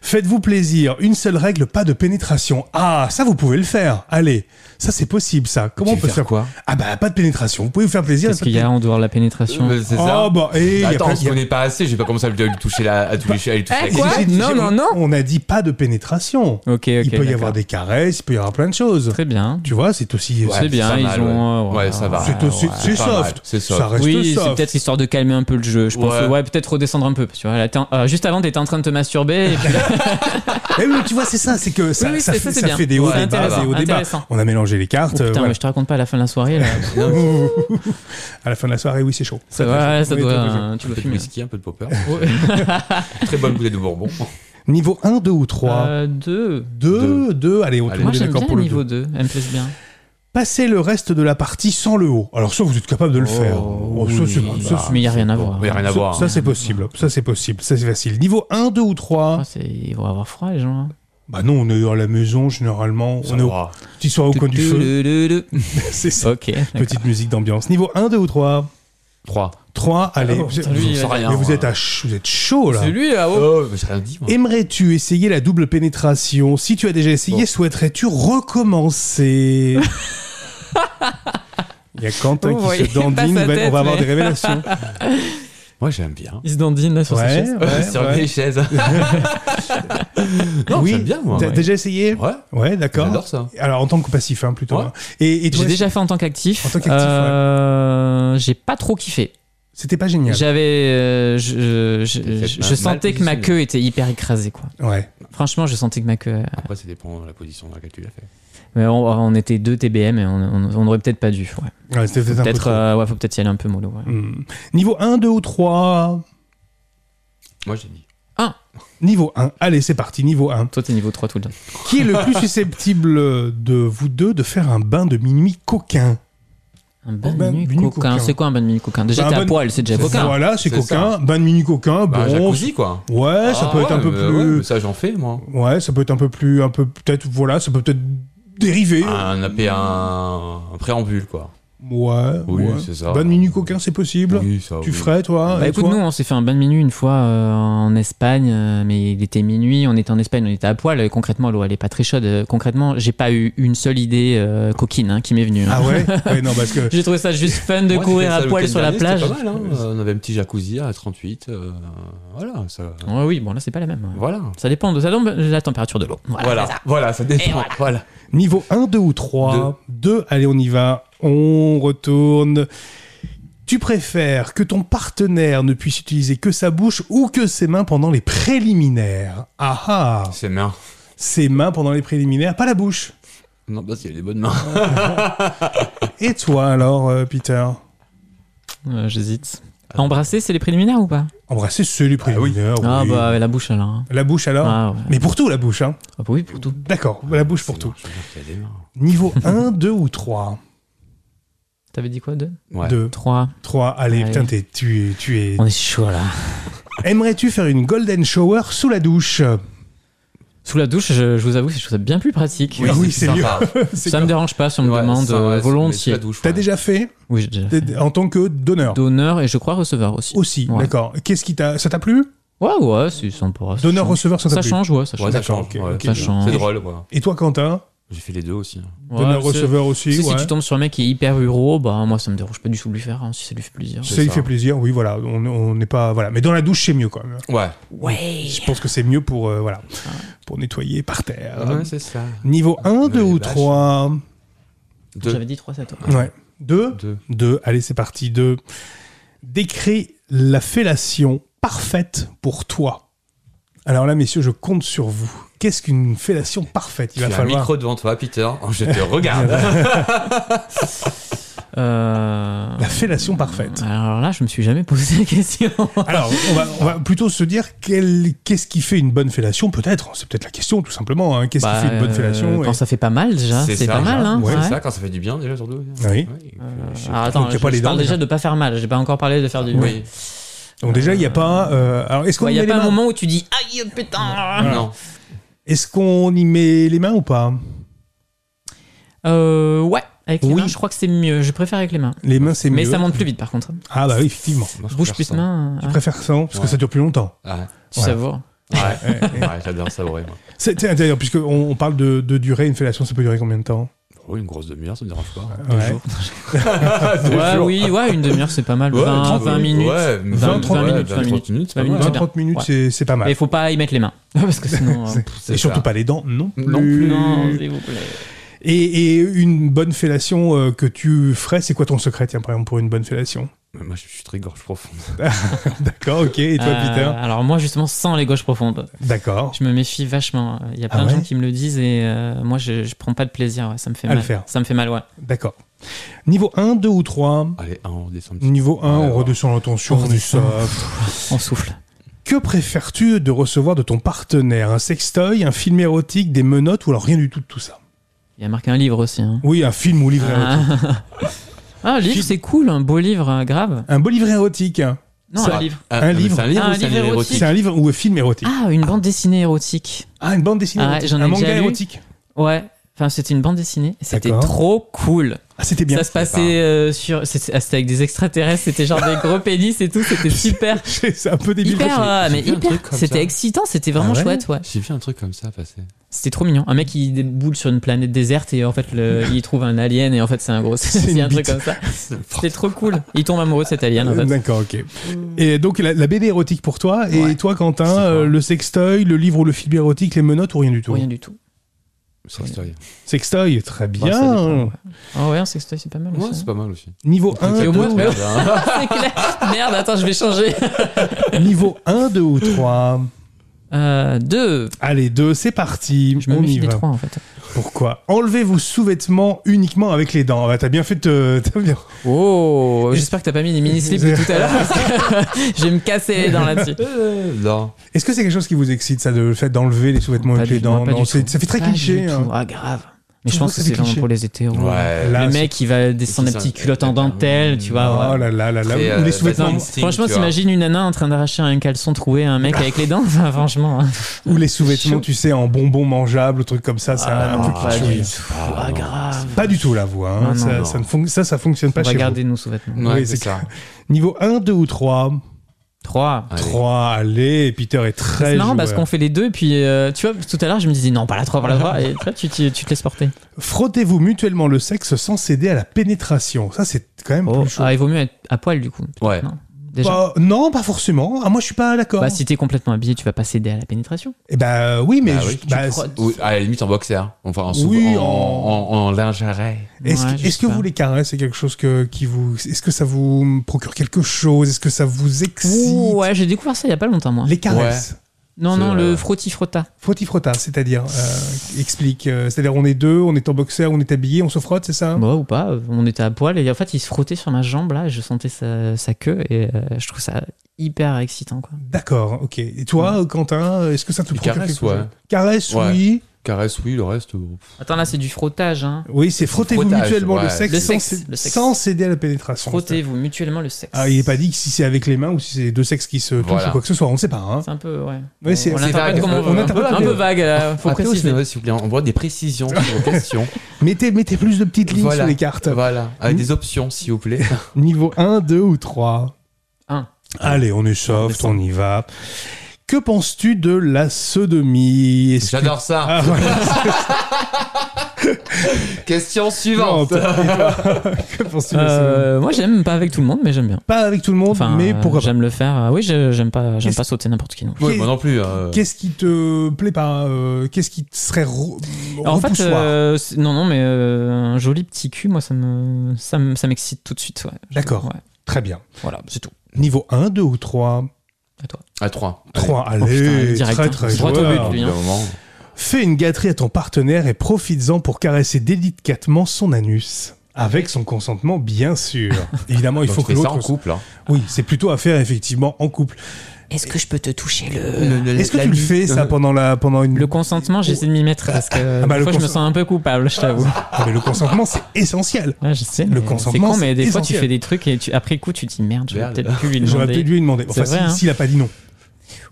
[SPEAKER 1] Faites-vous plaisir, une seule règle, pas de pénétration. Ah, ça vous pouvez le faire. Allez, ça c'est possible ça. Comment on peut faire
[SPEAKER 3] quoi
[SPEAKER 1] Ah bah pas de pénétration, vous pouvez vous faire plaisir.
[SPEAKER 2] Qu'est-ce
[SPEAKER 1] pas de
[SPEAKER 2] qu'il y a en dehors de la pénétration
[SPEAKER 3] Euh, C'est
[SPEAKER 1] Ah
[SPEAKER 3] ça
[SPEAKER 1] bah, et il y a
[SPEAKER 3] Attends,
[SPEAKER 1] pas-
[SPEAKER 3] on
[SPEAKER 1] il y
[SPEAKER 3] se
[SPEAKER 1] a-
[SPEAKER 3] connaît pas assez, j'ai pas commencé à lui toucher la, à toucher, à lui toucher
[SPEAKER 2] Eh,
[SPEAKER 3] la
[SPEAKER 2] quoi
[SPEAKER 1] J'ai- j'ai-
[SPEAKER 2] Non,
[SPEAKER 1] j'ai-
[SPEAKER 2] non, non.
[SPEAKER 1] On a dit pas de pénétration.
[SPEAKER 2] Ok, ok.
[SPEAKER 1] il peut y
[SPEAKER 2] d'accord.
[SPEAKER 1] avoir des caresses, il peut y avoir plein de choses.
[SPEAKER 2] Très bien.
[SPEAKER 1] Tu vois, c'est aussi.
[SPEAKER 3] Ouais,
[SPEAKER 2] c'est bien,
[SPEAKER 3] ça
[SPEAKER 2] ils
[SPEAKER 3] mal, ouais.
[SPEAKER 2] ont. euh,
[SPEAKER 3] Ouais, ça va.
[SPEAKER 1] C'est aussi- c'est
[SPEAKER 3] C'est pas mal,
[SPEAKER 1] soft.
[SPEAKER 3] c'est soft.
[SPEAKER 1] Ça reste
[SPEAKER 2] Oui, c'est
[SPEAKER 1] soft.
[SPEAKER 2] peut-être histoire de calmer un peu le jeu. Je pense
[SPEAKER 3] Ouais.
[SPEAKER 2] que, ouais, peut-être redescendre un peu. Parce que, ouais, là, t'es en- euh, juste avant, t'étais en train de te masturber. Et puis,
[SPEAKER 1] Eh oui, tu vois, c'est ça, c'est que ça,
[SPEAKER 2] Oui, oui,
[SPEAKER 1] ça
[SPEAKER 2] c'est-
[SPEAKER 1] fait,
[SPEAKER 2] ça, c'est
[SPEAKER 1] ça
[SPEAKER 2] bien.
[SPEAKER 1] fait des hauts
[SPEAKER 3] Ouais,
[SPEAKER 1] des bas,
[SPEAKER 3] intéressant,
[SPEAKER 1] des hauts des bas.
[SPEAKER 2] intéressant.
[SPEAKER 1] On a mélangé les cartes.
[SPEAKER 2] Oh, putain,
[SPEAKER 1] euh,
[SPEAKER 2] mais je te raconte pas à la fin de la soirée. Là.
[SPEAKER 1] voilà. à la fin de la soirée, oui, c'est chaud.
[SPEAKER 2] ça
[SPEAKER 1] Très, très
[SPEAKER 2] va,
[SPEAKER 1] chaud.
[SPEAKER 2] ça
[SPEAKER 1] Oui,
[SPEAKER 2] doit.
[SPEAKER 1] très, très chaud.
[SPEAKER 2] euh, tu
[SPEAKER 3] Un
[SPEAKER 2] dois
[SPEAKER 3] peu de
[SPEAKER 2] fumer.
[SPEAKER 3] whisky, un peu de popper. Très bonne bouteille de bourbon.
[SPEAKER 1] Niveau 1, 2 ou 3
[SPEAKER 2] Euh, deux.
[SPEAKER 1] 2, 2, allez, on
[SPEAKER 3] Allez.
[SPEAKER 1] tourne
[SPEAKER 2] Moi,
[SPEAKER 1] les
[SPEAKER 2] j'aime
[SPEAKER 1] d'accord
[SPEAKER 2] bien
[SPEAKER 1] pour
[SPEAKER 2] le
[SPEAKER 1] le
[SPEAKER 2] niveau
[SPEAKER 1] deux.
[SPEAKER 2] 2. Elle me plaise bien.
[SPEAKER 1] Passez le reste de la partie sans le haut. Alors ça, vous êtes capable de le
[SPEAKER 2] Oh,
[SPEAKER 1] faire. Oh, ça, c'est-
[SPEAKER 2] oui, Bah,
[SPEAKER 1] ça, c'est-
[SPEAKER 2] mais il n'y a rien à voir. hein.
[SPEAKER 3] Il n'y a rien à
[SPEAKER 1] ça-
[SPEAKER 3] voir.
[SPEAKER 1] Ça, c'est possible. Ça, c'est possible. Ça, c'est facile. Niveau 1, 2 ou 3
[SPEAKER 2] Ah, c'est- Ils vont avoir froid, les gens. hein.
[SPEAKER 1] Bah non, on est à la maison, généralement.
[SPEAKER 3] Ça
[SPEAKER 1] On est au
[SPEAKER 3] va.
[SPEAKER 1] petit soir au coin du feu. C'est ça.
[SPEAKER 2] Ok. Euh, d'accord.
[SPEAKER 1] Petite musique d'ambiance. Niveau 1, 2 ou 3
[SPEAKER 3] Trois.
[SPEAKER 1] 3, allez.
[SPEAKER 2] bon,
[SPEAKER 1] vous êtes-
[SPEAKER 2] putain, lui,
[SPEAKER 1] vous-
[SPEAKER 2] il
[SPEAKER 3] a-
[SPEAKER 1] mais vous êtes à ch- vous êtes chaud, là.
[SPEAKER 2] C'est lui, là. oh.
[SPEAKER 3] Oh, mais j'ai rien dit, moi.
[SPEAKER 1] Aimerais-tu essayer la double pénétration Si tu as déjà essayé,
[SPEAKER 3] Bon.
[SPEAKER 1] souhaiterais-tu recommencer Il y a Quentin
[SPEAKER 2] Vous voyez
[SPEAKER 1] qui se
[SPEAKER 2] pas
[SPEAKER 1] dandine.
[SPEAKER 2] sa
[SPEAKER 1] va-
[SPEAKER 2] tête,
[SPEAKER 1] on va avoir
[SPEAKER 2] mais-
[SPEAKER 1] des révélations.
[SPEAKER 3] Moi, j'aime bien.
[SPEAKER 2] Il se dandine, là, sur sa
[SPEAKER 1] Ouais,
[SPEAKER 2] chaise.
[SPEAKER 1] ouais,
[SPEAKER 3] Sur
[SPEAKER 1] ouais.
[SPEAKER 3] mes chaises. Non,
[SPEAKER 1] oui,
[SPEAKER 3] j'aime bien, moi.
[SPEAKER 1] T'as
[SPEAKER 3] Ouais.
[SPEAKER 1] déjà essayé
[SPEAKER 3] Ouais,
[SPEAKER 1] Ouais, d'accord.
[SPEAKER 3] j'adore ça.
[SPEAKER 1] Alors en tant que passif, hein, plutôt.
[SPEAKER 3] Ouais.
[SPEAKER 1] hein. Et, et toi,
[SPEAKER 2] J'ai déjà fait en tant qu'actif.
[SPEAKER 1] En tant qu'actif, ouais.
[SPEAKER 2] Euh, J'ai pas trop kiffé.
[SPEAKER 1] c'était pas génial.
[SPEAKER 2] J'avais, euh, je, je- je-
[SPEAKER 3] T'étais
[SPEAKER 2] je
[SPEAKER 3] mal
[SPEAKER 2] sentais que ma
[SPEAKER 3] positionné.
[SPEAKER 2] queue était hyper écrasée, quoi.
[SPEAKER 1] Ouais.
[SPEAKER 2] Franchement, je sentais que ma queue. euh,
[SPEAKER 3] Après, ça dépend de la position dans laquelle tu l'as fait.
[SPEAKER 2] mais on, on était deux TBM et on, on, on aurait peut-être pas dû. Ouais.
[SPEAKER 1] Ouais, c'était peut-être un peu
[SPEAKER 2] Peut-être,
[SPEAKER 1] trop.
[SPEAKER 2] euh, ouais, faut peut-être y aller un peu mollo. ouais.
[SPEAKER 1] Hmm. Niveau 1, 2 ou 3
[SPEAKER 3] Moi, j'ai dit.
[SPEAKER 1] Niveau 1. Allez, c'est parti, niveau 1.
[SPEAKER 2] Toi, t'es niveau 3 tout le temps.
[SPEAKER 1] Qui est le plus susceptible de vous deux de faire un bain de minuit coquin
[SPEAKER 2] Un bain
[SPEAKER 1] bain de
[SPEAKER 2] de nuit
[SPEAKER 1] nuit
[SPEAKER 2] coquin.
[SPEAKER 1] Oh, ben, coquin.
[SPEAKER 2] C'est quoi un bain de nuit coquin
[SPEAKER 1] Bah,
[SPEAKER 2] Déjà,
[SPEAKER 1] un
[SPEAKER 2] t'es à
[SPEAKER 1] bain de-
[SPEAKER 2] poil, c'est déjà
[SPEAKER 3] c'est
[SPEAKER 2] coquin.
[SPEAKER 1] Voilà, c'est
[SPEAKER 3] C'est
[SPEAKER 1] coquin.
[SPEAKER 3] ça.
[SPEAKER 1] Bain de minuit coquin,
[SPEAKER 3] Bah,
[SPEAKER 1] bon,
[SPEAKER 3] jacuzzi, quoi.
[SPEAKER 1] Ouais, ça
[SPEAKER 3] Ah
[SPEAKER 1] peut être un
[SPEAKER 3] ouais,
[SPEAKER 1] peu
[SPEAKER 3] mais ouais,
[SPEAKER 1] plus.
[SPEAKER 3] mais ça, j'en fais, moi.
[SPEAKER 1] Ouais, ça peut être un peu plus, un peu peut-être, voilà, ça peut peut-être dériver.
[SPEAKER 3] Un, AP, un, un préambule, quoi.
[SPEAKER 1] Ouais,
[SPEAKER 3] Oui,
[SPEAKER 1] ouais.
[SPEAKER 3] c'est ça.
[SPEAKER 1] Bain de minuit coquin, c'est possible.
[SPEAKER 3] Oui, ça,
[SPEAKER 1] tu
[SPEAKER 3] oui.
[SPEAKER 1] ferais, toi
[SPEAKER 2] Bah
[SPEAKER 1] et
[SPEAKER 2] écoute,
[SPEAKER 1] toi
[SPEAKER 2] nous on s'est fait un bain de minuit une fois euh, en Espagne, euh, mais il était minuit, on était en Espagne, on était à poil, et concrètement l'eau elle est pas très chaude. Euh, Concrètement, j'ai pas eu une seule idée euh, coquine hein, qui m'est venue. hein.
[SPEAKER 1] Ah ouais Ouais, non, parce que.
[SPEAKER 2] J'ai trouvé ça juste fun de
[SPEAKER 3] Moi, j'ai
[SPEAKER 2] courir
[SPEAKER 3] fait
[SPEAKER 2] à
[SPEAKER 3] ça le
[SPEAKER 2] poil
[SPEAKER 3] week-end
[SPEAKER 2] sur la
[SPEAKER 3] dernier,
[SPEAKER 2] plage.
[SPEAKER 3] c'était pas mal, hein. On avait un petit jacuzzi à 38. euh, voilà, ça.
[SPEAKER 2] Ouais, oui, bon là c'est pas la même.
[SPEAKER 3] Voilà.
[SPEAKER 2] Ça dépend de ça dépend de la température de l'eau. Voilà.
[SPEAKER 3] Voilà, voilà, ça dépend. Voilà.
[SPEAKER 1] Niveau 1, 2 ou 3 2. allez, on y va. On retourne. Tu préfères que ton partenaire ne puisse utiliser que sa bouche ou que ses mains pendant les préliminaires Ah ah
[SPEAKER 3] C'est bien.
[SPEAKER 1] Ses mains pendant les préliminaires, pas la bouche.
[SPEAKER 3] Non, parce qu'il y a des bonnes mains.
[SPEAKER 1] Ah, Et toi alors, euh, Peter
[SPEAKER 2] Euh, J'hésite. Embrasser, c'est les préliminaires ou pas
[SPEAKER 1] Embrasser c'est les préliminaires.
[SPEAKER 2] Ah
[SPEAKER 1] oui.
[SPEAKER 2] bah avec la bouche alors. hein.
[SPEAKER 1] La bouche alors
[SPEAKER 2] Ah, ouais.
[SPEAKER 1] Mais pour tout, la bouche, hein
[SPEAKER 2] Ah bah oui pour tout.
[SPEAKER 1] D'accord, bah, la bouche pour
[SPEAKER 3] C'est
[SPEAKER 1] tout.
[SPEAKER 3] bien, je veux dire qu'il y a des mains.
[SPEAKER 1] Niveau 1, 2 ou 3
[SPEAKER 2] T'avais dit quoi deux
[SPEAKER 3] Ouais.
[SPEAKER 1] 2,
[SPEAKER 2] Trois.
[SPEAKER 1] 3, allez,
[SPEAKER 2] Allez.
[SPEAKER 1] putain, t'es- tu es... Tu es...
[SPEAKER 2] On est chaud là.
[SPEAKER 1] Aimerais-tu faire une golden shower sous la douche
[SPEAKER 2] Sous la douche, je, je vous avoue, je trouve ça bien plus pratique.
[SPEAKER 1] Ah Oui, oui, c'est mieux.
[SPEAKER 3] sympa.
[SPEAKER 1] C'est
[SPEAKER 2] Ça me
[SPEAKER 1] clair.
[SPEAKER 2] dérange pas si on me
[SPEAKER 3] Ouais,
[SPEAKER 2] demande
[SPEAKER 3] ça, ouais,
[SPEAKER 2] euh,
[SPEAKER 3] mais sous
[SPEAKER 2] volontiers.
[SPEAKER 3] la douche,
[SPEAKER 1] T'as
[SPEAKER 3] ouais.
[SPEAKER 1] déjà fait
[SPEAKER 2] Oui, j'ai déjà fait.
[SPEAKER 1] T'es- en tant que donneur
[SPEAKER 2] Donneur et je crois receveur aussi.
[SPEAKER 1] aussi,
[SPEAKER 2] Ouais.
[SPEAKER 1] d'accord. Qu'est-ce qui t'a, ça t'a plu
[SPEAKER 2] Ouais, ouais, c'est sympa. ça
[SPEAKER 1] Donneur
[SPEAKER 2] change.
[SPEAKER 1] receveur, ça t'a
[SPEAKER 2] Ça
[SPEAKER 1] plu.
[SPEAKER 2] change, ouais, ça change.
[SPEAKER 3] Ouais, ça
[SPEAKER 1] D'accord,
[SPEAKER 3] change.
[SPEAKER 1] ok,
[SPEAKER 3] ouais.
[SPEAKER 1] ok.
[SPEAKER 2] Ça change.
[SPEAKER 3] C'est drôle, voilà.
[SPEAKER 1] Et toi, Quentin
[SPEAKER 3] J'ai fait les deux aussi. hein.
[SPEAKER 2] Ouais,
[SPEAKER 1] Donneur
[SPEAKER 2] parce que-
[SPEAKER 1] receveur
[SPEAKER 2] tu
[SPEAKER 1] aussi,
[SPEAKER 2] sais, Si
[SPEAKER 1] ouais.
[SPEAKER 2] tu tombes sur un mec qui est hyper euro, bah moi ça me dérange pas du tout de lui faire, hein, si ça lui fait plaisir.
[SPEAKER 1] ça,
[SPEAKER 3] C'est
[SPEAKER 1] il
[SPEAKER 3] ça.
[SPEAKER 1] fait plaisir, oui, voilà. On on n'est pas, voilà. Mais dans la douche, c'est mieux quand même.
[SPEAKER 3] Ouais.
[SPEAKER 2] Ouais.
[SPEAKER 1] Je pense que c'est mieux pour, euh, voilà, pour nettoyer par terre.
[SPEAKER 3] Ouais, c'est ça.
[SPEAKER 1] Niveau 1,
[SPEAKER 3] Ouais,
[SPEAKER 1] 2
[SPEAKER 3] les
[SPEAKER 1] ou
[SPEAKER 3] vaches.
[SPEAKER 1] 3
[SPEAKER 3] Deux.
[SPEAKER 2] J'avais dit 3 à toi.
[SPEAKER 1] Ouais. 2
[SPEAKER 3] Deux.
[SPEAKER 1] 2, allez, c'est parti. 2. Décris la fellation parfaite pour toi. Alors là, messieurs, je compte sur vous. Qu'est-ce qu'une fellation parfaite Il
[SPEAKER 3] Tu as
[SPEAKER 1] va
[SPEAKER 3] un
[SPEAKER 1] falloir.
[SPEAKER 3] micro devant toi, Peter. Oh, Je te regarde.
[SPEAKER 2] Euh...
[SPEAKER 1] La fellation parfaite.
[SPEAKER 2] Alors là, je me suis jamais posé la question.
[SPEAKER 1] Alors, on va, on va plutôt se dire quel- qu'est-ce qui fait une bonne fellation, peut-être. C'est peut-être la question, tout simplement. hein. Qu'est-ce
[SPEAKER 2] Bah,
[SPEAKER 1] qui fait une bonne
[SPEAKER 2] euh,
[SPEAKER 1] fellation
[SPEAKER 2] Quand
[SPEAKER 1] et-
[SPEAKER 2] ça fait pas mal déjà, c'est
[SPEAKER 3] ça,
[SPEAKER 2] pas mal.
[SPEAKER 3] déjà.
[SPEAKER 2] Hein,
[SPEAKER 3] Ouais,
[SPEAKER 2] ouais.
[SPEAKER 3] C'est ça, quand ça fait du bien, déjà, surtout.
[SPEAKER 1] Ah Oui.
[SPEAKER 3] Ouais, et puis,
[SPEAKER 2] Euh,
[SPEAKER 3] je sais
[SPEAKER 2] alors
[SPEAKER 3] pas.
[SPEAKER 2] attends,
[SPEAKER 1] Donc, y a
[SPEAKER 2] je,
[SPEAKER 1] pas les
[SPEAKER 2] je parle
[SPEAKER 1] dents,
[SPEAKER 2] déjà
[SPEAKER 1] déjà.
[SPEAKER 2] de pas faire mal. J'ai pas encore parlé de faire du.
[SPEAKER 3] Oui.
[SPEAKER 1] Donc déjà, il n'y a pas. euh, alors, est-ce
[SPEAKER 2] Il
[SPEAKER 1] qu'on y
[SPEAKER 2] y a
[SPEAKER 1] met les
[SPEAKER 2] pas
[SPEAKER 1] mains
[SPEAKER 2] un moment où tu dis aïe putain.
[SPEAKER 3] Non.
[SPEAKER 1] Est-ce qu'on y met les mains ou pas
[SPEAKER 2] Euh, ouais, avec les
[SPEAKER 1] Oui.
[SPEAKER 2] mains, je crois que c'est mieux. Je préfère avec les mains.
[SPEAKER 1] Les mains, c'est mieux.
[SPEAKER 2] Mais ça monte plus vite par contre.
[SPEAKER 1] Ah bah oui, effectivement.
[SPEAKER 3] Moi, je
[SPEAKER 2] Bouche
[SPEAKER 3] préfère
[SPEAKER 2] plus
[SPEAKER 3] ça.
[SPEAKER 2] main,
[SPEAKER 1] Je
[SPEAKER 2] hein,
[SPEAKER 1] préfère ça parce que
[SPEAKER 3] Ouais.
[SPEAKER 1] ça dure plus longtemps.
[SPEAKER 3] Ouais.
[SPEAKER 2] tu
[SPEAKER 1] Ouais.
[SPEAKER 2] savoures.
[SPEAKER 3] Ouais, Ah, ouais, j'adore savourer, moi.
[SPEAKER 1] C'est tiens, d'ailleurs, puisqu'on on parle de, de durée, une fellation, ça peut durer combien de temps
[SPEAKER 3] Oh, une grosse demi-heure, ça me dérange pas. Ah,
[SPEAKER 1] Ouais. Ah,
[SPEAKER 2] Ouais, oui, ouais, une demi-heure c'est pas mal. 20, 20 minutes.
[SPEAKER 3] bah, Ouais,
[SPEAKER 2] 20,
[SPEAKER 1] trente
[SPEAKER 2] minutes, 20 minutes.
[SPEAKER 3] minutes, c'est pas
[SPEAKER 2] 20
[SPEAKER 3] mal.
[SPEAKER 2] minutes.
[SPEAKER 1] 20-30 minutes,
[SPEAKER 2] Ouais.
[SPEAKER 1] c'est- c'est pas
[SPEAKER 2] Mais
[SPEAKER 1] mal.
[SPEAKER 2] il faut pas y mettre les mains. Parce que sinon. euh,
[SPEAKER 1] C'est-
[SPEAKER 3] C'est
[SPEAKER 1] Et surtout
[SPEAKER 3] ça.
[SPEAKER 1] pas les dents, non plus.
[SPEAKER 3] Non plus,
[SPEAKER 2] Non, s'il vous plaît.
[SPEAKER 1] Et, et une bonne fellation euh, que tu ferais, c'est quoi ton secret, tiens, par exemple, pour une bonne fellation
[SPEAKER 3] Mais Moi, je suis très gorge profonde.
[SPEAKER 1] D'accord, ok. Et toi,
[SPEAKER 2] Euh,
[SPEAKER 1] Peter
[SPEAKER 2] Alors moi justement sans les gauches profondes.
[SPEAKER 1] D'accord.
[SPEAKER 2] Je me méfie vachement. Il y a
[SPEAKER 1] Ah
[SPEAKER 2] plein de gens
[SPEAKER 1] ouais
[SPEAKER 2] qui me le disent et euh, moi je, je prends pas de plaisir. ouais, ça me fait
[SPEAKER 1] À le
[SPEAKER 2] mal.
[SPEAKER 1] faire.
[SPEAKER 2] Ça me fait mal, ouais.
[SPEAKER 1] D'accord. Niveau 1, 2 ou 3
[SPEAKER 3] Allez, un, on descend un petit
[SPEAKER 1] Niveau 1,
[SPEAKER 3] Ouais,
[SPEAKER 1] on
[SPEAKER 3] ouais.
[SPEAKER 1] redescend la tension,
[SPEAKER 2] On
[SPEAKER 1] on est
[SPEAKER 2] redescend.
[SPEAKER 1] soft.
[SPEAKER 2] On souffle.
[SPEAKER 1] Que préfères-tu de recevoir de ton partenaire Un sextoy, un film érotique, des menottes ou alors rien du tout de tout ça
[SPEAKER 2] Il y a marqué un livre aussi. hein.
[SPEAKER 1] Oui, un film ou livre érotique.
[SPEAKER 2] Ah, un livre, c'est cool, un beau livre, euh, grave.
[SPEAKER 1] Un beau livre érotique. hein.
[SPEAKER 2] Non,
[SPEAKER 1] Ça-
[SPEAKER 2] un livre.
[SPEAKER 3] Ah,
[SPEAKER 1] Un
[SPEAKER 3] mais
[SPEAKER 1] livre.
[SPEAKER 3] C'est un livre
[SPEAKER 2] Ah,
[SPEAKER 3] ou
[SPEAKER 2] un
[SPEAKER 3] c'est
[SPEAKER 2] livre
[SPEAKER 3] un livre
[SPEAKER 2] érotique.
[SPEAKER 3] érotique
[SPEAKER 1] C'est un livre ou un film érotique
[SPEAKER 2] Ah, une bande dessinée érotique.
[SPEAKER 1] Ah, une bande dessinée
[SPEAKER 2] Ah,
[SPEAKER 1] érotique.
[SPEAKER 2] j'en ai
[SPEAKER 1] Un
[SPEAKER 2] déjà
[SPEAKER 1] manga
[SPEAKER 2] lu.
[SPEAKER 1] érotique.
[SPEAKER 2] Ouais. Enfin, c'était une bande dessinée. C'était
[SPEAKER 1] D'accord.
[SPEAKER 2] trop cool.
[SPEAKER 1] Ah, c'était bien.
[SPEAKER 2] ça se passait euh, sur. C'était ah, c'était avec des extraterrestres, c'était genre des gros pénis et tout, c'était super.
[SPEAKER 1] C'est un peu débile.
[SPEAKER 2] Hyper,
[SPEAKER 3] j'ai-
[SPEAKER 2] euh,
[SPEAKER 3] j'ai
[SPEAKER 2] mais
[SPEAKER 3] vu un
[SPEAKER 2] hyper.
[SPEAKER 3] truc comme
[SPEAKER 2] C'était
[SPEAKER 3] ça.
[SPEAKER 2] excitant, c'était vraiment
[SPEAKER 1] Ah ouais
[SPEAKER 2] chouette, ouais.
[SPEAKER 3] J'ai vu un truc comme ça passer.
[SPEAKER 2] C'était trop mignon. Un mec il déboule sur une planète déserte et en fait le- il trouve un alien et en fait c'est un gros.
[SPEAKER 1] C'est
[SPEAKER 2] C'est
[SPEAKER 1] une
[SPEAKER 2] un truc
[SPEAKER 1] bite.
[SPEAKER 2] comme ça. C'était trop cool. Il tombe amoureux de cet alien en fait.
[SPEAKER 1] Ah,
[SPEAKER 2] Mm.
[SPEAKER 1] D'accord, ok. Et donc la, la BD érotique pour toi, et
[SPEAKER 3] Ouais.
[SPEAKER 1] toi
[SPEAKER 3] C'est
[SPEAKER 1] Quentin,
[SPEAKER 3] quoi
[SPEAKER 1] euh, le sextoy, le livre ou le film érotique, les menottes ou rien du tout
[SPEAKER 2] Rien du tout.
[SPEAKER 3] Sextoy.
[SPEAKER 1] Sextoy, très
[SPEAKER 2] Ouais, ça dépend,
[SPEAKER 1] bien.
[SPEAKER 2] ouais. Ah ouais, un sextoy c'est pas mal
[SPEAKER 3] Ouais,
[SPEAKER 2] aussi.
[SPEAKER 3] c'est pas mal aussi.
[SPEAKER 1] niveau, 1,
[SPEAKER 2] Et au moins,
[SPEAKER 3] Merde, hein.
[SPEAKER 2] C'est clair. Merde, attends, je vais changer.
[SPEAKER 1] niveau 1, 2 ou 3
[SPEAKER 2] Euh, deux.
[SPEAKER 1] Allez, 2, c'est parti.
[SPEAKER 2] Je me
[SPEAKER 1] on
[SPEAKER 2] méfie
[SPEAKER 1] y
[SPEAKER 2] des
[SPEAKER 1] va.
[SPEAKER 2] trois en fait.
[SPEAKER 1] Pourquoi Enlevez vos sous-vêtements uniquement avec les dents. Ah, t'as bien fait de te- t'as bien-
[SPEAKER 2] Oh, j'espère que t'as pas mis des mini-slips de tout à l'heure parce que je vais me casser les dents là-dessus.
[SPEAKER 3] Euh, non.
[SPEAKER 1] Est-ce que c'est quelque chose qui vous excite, ça, de, le fait d'enlever les sous-vêtements
[SPEAKER 2] Pas
[SPEAKER 1] avec
[SPEAKER 2] du
[SPEAKER 1] les
[SPEAKER 2] tout,
[SPEAKER 1] dents
[SPEAKER 2] moi, pas
[SPEAKER 1] Non,
[SPEAKER 2] du
[SPEAKER 1] c'est-
[SPEAKER 2] tout.
[SPEAKER 1] Ça fait très
[SPEAKER 2] Pas
[SPEAKER 1] cliché.
[SPEAKER 2] du
[SPEAKER 1] hein.
[SPEAKER 2] tout. Ah, grave. Mais je
[SPEAKER 1] Je
[SPEAKER 2] pense
[SPEAKER 1] trouve
[SPEAKER 2] que
[SPEAKER 1] que c'est
[SPEAKER 2] c'est vraiment
[SPEAKER 1] cliché.
[SPEAKER 2] pour les hétéros.
[SPEAKER 1] Là,
[SPEAKER 3] Ouais.
[SPEAKER 2] le
[SPEAKER 1] Ah, c'est-
[SPEAKER 2] mec, il va descendre
[SPEAKER 3] Et
[SPEAKER 2] la
[SPEAKER 3] c'est
[SPEAKER 2] petite
[SPEAKER 3] ça.
[SPEAKER 2] culotte en dentelle, tu vois.
[SPEAKER 1] Oh
[SPEAKER 2] ouais.
[SPEAKER 1] là là là là.
[SPEAKER 3] C'est,
[SPEAKER 1] ou
[SPEAKER 3] euh,
[SPEAKER 1] les
[SPEAKER 3] c'est
[SPEAKER 1] sous-vêtements
[SPEAKER 3] un instinct,
[SPEAKER 2] Franchement,
[SPEAKER 3] tu vois.
[SPEAKER 2] t'imagines une nana en train d'arracher un caleçon troué à un mec avec les dents Enfin, Franchement. hein.
[SPEAKER 1] ou les sous-vêtements, tu sais, en bonbons mangeables, ou trucs comme ça, c'est
[SPEAKER 2] Ah,
[SPEAKER 1] un
[SPEAKER 2] non,
[SPEAKER 1] truc
[SPEAKER 2] pas
[SPEAKER 1] cliché.
[SPEAKER 2] du tout. Ah, grave.
[SPEAKER 1] Pas du tout la voix. hein.
[SPEAKER 2] Non, non,
[SPEAKER 1] ça,
[SPEAKER 3] non.
[SPEAKER 1] Ça, ne fonc- ça, ça fonctionne
[SPEAKER 2] On
[SPEAKER 1] pas
[SPEAKER 2] va
[SPEAKER 1] chez
[SPEAKER 2] garder nos sous-vêtements.
[SPEAKER 1] Oui,
[SPEAKER 3] Ouais,
[SPEAKER 1] c'est clair. vous. Niveau 1, 2 ou 3
[SPEAKER 2] 3.
[SPEAKER 3] Allez.
[SPEAKER 1] 3, allez, Peter est très.
[SPEAKER 2] C'est marrant parce
[SPEAKER 1] joueur.
[SPEAKER 2] qu'on fait les deux, puis euh, tu vois, tout à l'heure, je me disais non, pas la 3, pas la 3, et toi, tu, tu, tu te laisses porter.
[SPEAKER 1] Frottez-vous mutuellement le sexe sans céder à la pénétration. Ça, c'est quand même
[SPEAKER 2] Oh,
[SPEAKER 1] plus chaud.
[SPEAKER 2] ah, il vaut mieux être à poil du coup.
[SPEAKER 3] Ouais.
[SPEAKER 2] Non, déjà.
[SPEAKER 1] Bah, non, pas forcément. Ah, moi, je suis pas d'accord.
[SPEAKER 2] Bah, si t'es complètement habillé, tu vas pas céder à la pénétration.
[SPEAKER 1] Eh ben, oui, mais.
[SPEAKER 3] Bah
[SPEAKER 1] je-
[SPEAKER 3] oui, tu
[SPEAKER 1] bah,
[SPEAKER 2] crois-
[SPEAKER 1] c'est-
[SPEAKER 3] Ou à la limite en boxer. Enfin, en, sous-
[SPEAKER 1] Oui,
[SPEAKER 3] en,
[SPEAKER 1] en-
[SPEAKER 3] en, en lingerie.
[SPEAKER 1] Est-ce
[SPEAKER 2] Ouais,
[SPEAKER 1] que,
[SPEAKER 2] je
[SPEAKER 1] est-ce
[SPEAKER 2] sais
[SPEAKER 1] que
[SPEAKER 2] pas.
[SPEAKER 1] vous les caresses, c'est quelque chose que, qui vous, est-ce que ça vous procure quelque chose Est-ce que ça vous excite
[SPEAKER 2] Ouh, ouais, j'ai découvert ça il y a pas longtemps, moi.
[SPEAKER 1] Les caresses.
[SPEAKER 2] Non,
[SPEAKER 3] C'est,
[SPEAKER 2] non, le
[SPEAKER 3] euh,
[SPEAKER 2] frotti-frotta.
[SPEAKER 1] Frotti-frotta, c'est-à-dire, euh, explique, euh, c'est-à-dire on est deux, on est en boxer, on est habillé, on se frotte, c'est ça
[SPEAKER 2] Bah, ou pas, euh, on était à poil et en fait, il se frottait sur ma jambe là, et je sentais sa, sa queue et euh, je trouve ça hyper excitant quoi.
[SPEAKER 1] D'accord, ok. Et toi, Quentin, est-ce que ça te
[SPEAKER 3] Les
[SPEAKER 1] procure
[SPEAKER 3] caresses,
[SPEAKER 1] quelque chose
[SPEAKER 3] ouais.
[SPEAKER 1] Caresses,
[SPEAKER 3] Ouais.
[SPEAKER 1] oui.
[SPEAKER 3] Caresse, oui, le reste. euh, bon.
[SPEAKER 2] Attends, là, c'est du frottage, hein.
[SPEAKER 1] Oui, c'est frottez-vous
[SPEAKER 3] frottage,
[SPEAKER 1] mutuellement le,
[SPEAKER 3] ouais.
[SPEAKER 1] sexe
[SPEAKER 2] Le
[SPEAKER 1] sans
[SPEAKER 2] sexe,
[SPEAKER 1] cé-
[SPEAKER 2] le sexe.
[SPEAKER 1] sans céder à la pénétration.
[SPEAKER 2] Frottez-vous mutuellement le sexe.
[SPEAKER 1] Ah, il n'est pas dit que si c'est avec les mains ou si c'est les deux sexes qui se touchent
[SPEAKER 3] Voilà.
[SPEAKER 1] ou quoi que ce soit, on ne sait pas. Hein.
[SPEAKER 2] C'est un peu, ouais.
[SPEAKER 1] Oui, c'est-
[SPEAKER 2] on
[SPEAKER 1] c'est
[SPEAKER 2] l'interprète
[SPEAKER 3] vague.
[SPEAKER 2] comme on
[SPEAKER 3] On
[SPEAKER 2] veut. Un peu,
[SPEAKER 3] interprète
[SPEAKER 2] un
[SPEAKER 3] les-
[SPEAKER 2] peu vague, euh, faut
[SPEAKER 3] Appelez au
[SPEAKER 2] préciser.
[SPEAKER 3] cinéma, s'il vous plaît. On voit des précisions sur vos questions.
[SPEAKER 1] Mettez, mettez plus de petites lignes
[SPEAKER 3] Voilà.
[SPEAKER 1] sur les cartes.
[SPEAKER 3] Voilà. Avec
[SPEAKER 1] Mm.
[SPEAKER 3] des options, s'il vous plaît.
[SPEAKER 1] Niveau 1, 2 ou 3
[SPEAKER 2] Un. Ah,
[SPEAKER 1] Allez, on est
[SPEAKER 3] On
[SPEAKER 1] soft,
[SPEAKER 3] descend.
[SPEAKER 1] on y va. Que penses-tu de la sodomie Est-ce que-
[SPEAKER 3] J'adore ça.
[SPEAKER 1] Ah, voilà.
[SPEAKER 3] Question
[SPEAKER 1] Ah. Non,
[SPEAKER 3] suivante.
[SPEAKER 1] toi, et toi que penses-tu de la sodomie
[SPEAKER 2] Euh, moi, j'aime pas avec tout le monde, mais j'aime bien.
[SPEAKER 1] Pas avec tout le monde,
[SPEAKER 2] Enfin,
[SPEAKER 1] mais
[SPEAKER 2] euh,
[SPEAKER 1] pourquoi pas
[SPEAKER 2] J'aime le faire. Ah Oui, je- j'aime pas, j'aime
[SPEAKER 1] Qu'est-ce-
[SPEAKER 2] pas sauter n'importe qui. non.
[SPEAKER 3] Oui, moi non plus. euh,
[SPEAKER 1] Qu'est-ce qui te plaît pas euh, Qu'est-ce qui te serait re-
[SPEAKER 2] Alors, en fait,
[SPEAKER 1] repoussoir
[SPEAKER 2] euh, c'est- non, non, mais euh, un joli petit cul, moi, ça me, ça me- ça m'excite tout de suite. ouais.
[SPEAKER 1] D'accord.
[SPEAKER 2] Ouais.
[SPEAKER 1] Très bien.
[SPEAKER 2] Voilà, c'est tout.
[SPEAKER 1] Niveau 1, 2 ou 3
[SPEAKER 3] À 3.
[SPEAKER 1] 3, allez,
[SPEAKER 2] Oh, putain, direct,
[SPEAKER 1] très
[SPEAKER 2] hein.
[SPEAKER 1] très
[SPEAKER 2] Droit au but,
[SPEAKER 1] joueur.
[SPEAKER 2] lui.
[SPEAKER 1] Fais une gâterie à ton partenaire et profites-en pour caresser délicatement son anus. Avec son consentement, bien sûr. Évidemment, il faut que
[SPEAKER 3] ça
[SPEAKER 1] l'autre...
[SPEAKER 3] en couple. hein.
[SPEAKER 1] Oui, c'est plutôt à faire effectivement en couple.
[SPEAKER 2] Est-ce que je peux te toucher
[SPEAKER 1] Euh, Est-ce que tu le fais
[SPEAKER 3] euh,
[SPEAKER 1] ça pendant la pendant une
[SPEAKER 2] euh, Le consentement, j'essaie de m'y mettre parce que
[SPEAKER 1] Ah bah,
[SPEAKER 2] des
[SPEAKER 1] le
[SPEAKER 2] fois, je me
[SPEAKER 1] consen-
[SPEAKER 2] sens un peu coupable, je t'avoue.
[SPEAKER 1] Ah, mais le consentement c'est essentiel.
[SPEAKER 2] Ouais, je sais.
[SPEAKER 1] Le
[SPEAKER 2] mais
[SPEAKER 1] consentement,
[SPEAKER 2] C'est con, mais des
[SPEAKER 1] c'est
[SPEAKER 2] fois, tu
[SPEAKER 1] essentiel.
[SPEAKER 2] fais des trucs et tu, après coup, tu te dis merde, j'aurais
[SPEAKER 3] Merde.
[SPEAKER 2] peut-être pu lui
[SPEAKER 1] J'aurais
[SPEAKER 2] demander.
[SPEAKER 1] peut-être dû lui demander. Enfin,
[SPEAKER 2] C'est vrai,
[SPEAKER 1] si-
[SPEAKER 2] hein.
[SPEAKER 1] s'il a pas dit non.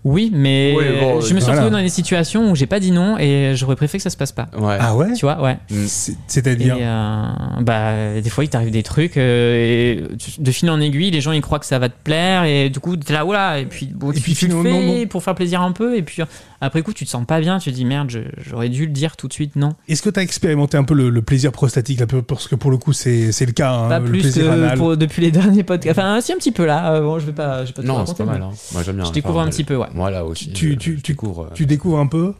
[SPEAKER 2] Oui, mais
[SPEAKER 3] Ouais, bon,
[SPEAKER 2] je me suis
[SPEAKER 1] voilà.
[SPEAKER 2] retrouvé dans des situations où j'ai pas dit non et j'aurais préféré que ça se passe pas.
[SPEAKER 3] Ouais.
[SPEAKER 1] Ah ouais. Eh
[SPEAKER 2] Tu vois, ouais.
[SPEAKER 1] C'est-
[SPEAKER 2] Et
[SPEAKER 1] C'est-à-dire.
[SPEAKER 2] euh, bah, des fois, il t'arrive des trucs euh, et tu- de fil en aiguille, les gens ils croient que ça va te plaire et du coup, t'es là, voilà. Et puis, bon,
[SPEAKER 1] Et
[SPEAKER 2] tu,
[SPEAKER 1] puis,
[SPEAKER 2] tu le fais
[SPEAKER 1] finalement, non, non.
[SPEAKER 2] pour faire plaisir un peu. Et puis, euh, après coup, tu te sens pas bien, tu te dis merde, je- j'aurais dû le dire tout de suite, non.
[SPEAKER 1] Est-ce que tu as expérimenté un peu le, le plaisir prostatique là, peu- parce que pour le coup c'est c'est le cas. hein,
[SPEAKER 2] pas
[SPEAKER 1] le
[SPEAKER 2] plus
[SPEAKER 1] plaisir
[SPEAKER 2] que
[SPEAKER 1] anal.
[SPEAKER 2] pour- depuis les derniers podcasts. Enfin, si, un petit peu là. euh, bon, je vais pas, je vais pas te
[SPEAKER 3] Non,
[SPEAKER 2] raconter,
[SPEAKER 3] c'est pas
[SPEAKER 2] mais
[SPEAKER 3] mal. hein. Moi, j'aime bien.
[SPEAKER 2] Je découvre un petit peu, ouais.
[SPEAKER 3] Moi, là aussi.
[SPEAKER 1] Tu-
[SPEAKER 3] je-
[SPEAKER 1] tu-
[SPEAKER 3] je
[SPEAKER 1] tu-
[SPEAKER 3] découvre, euh,
[SPEAKER 1] Tu découvres un peu.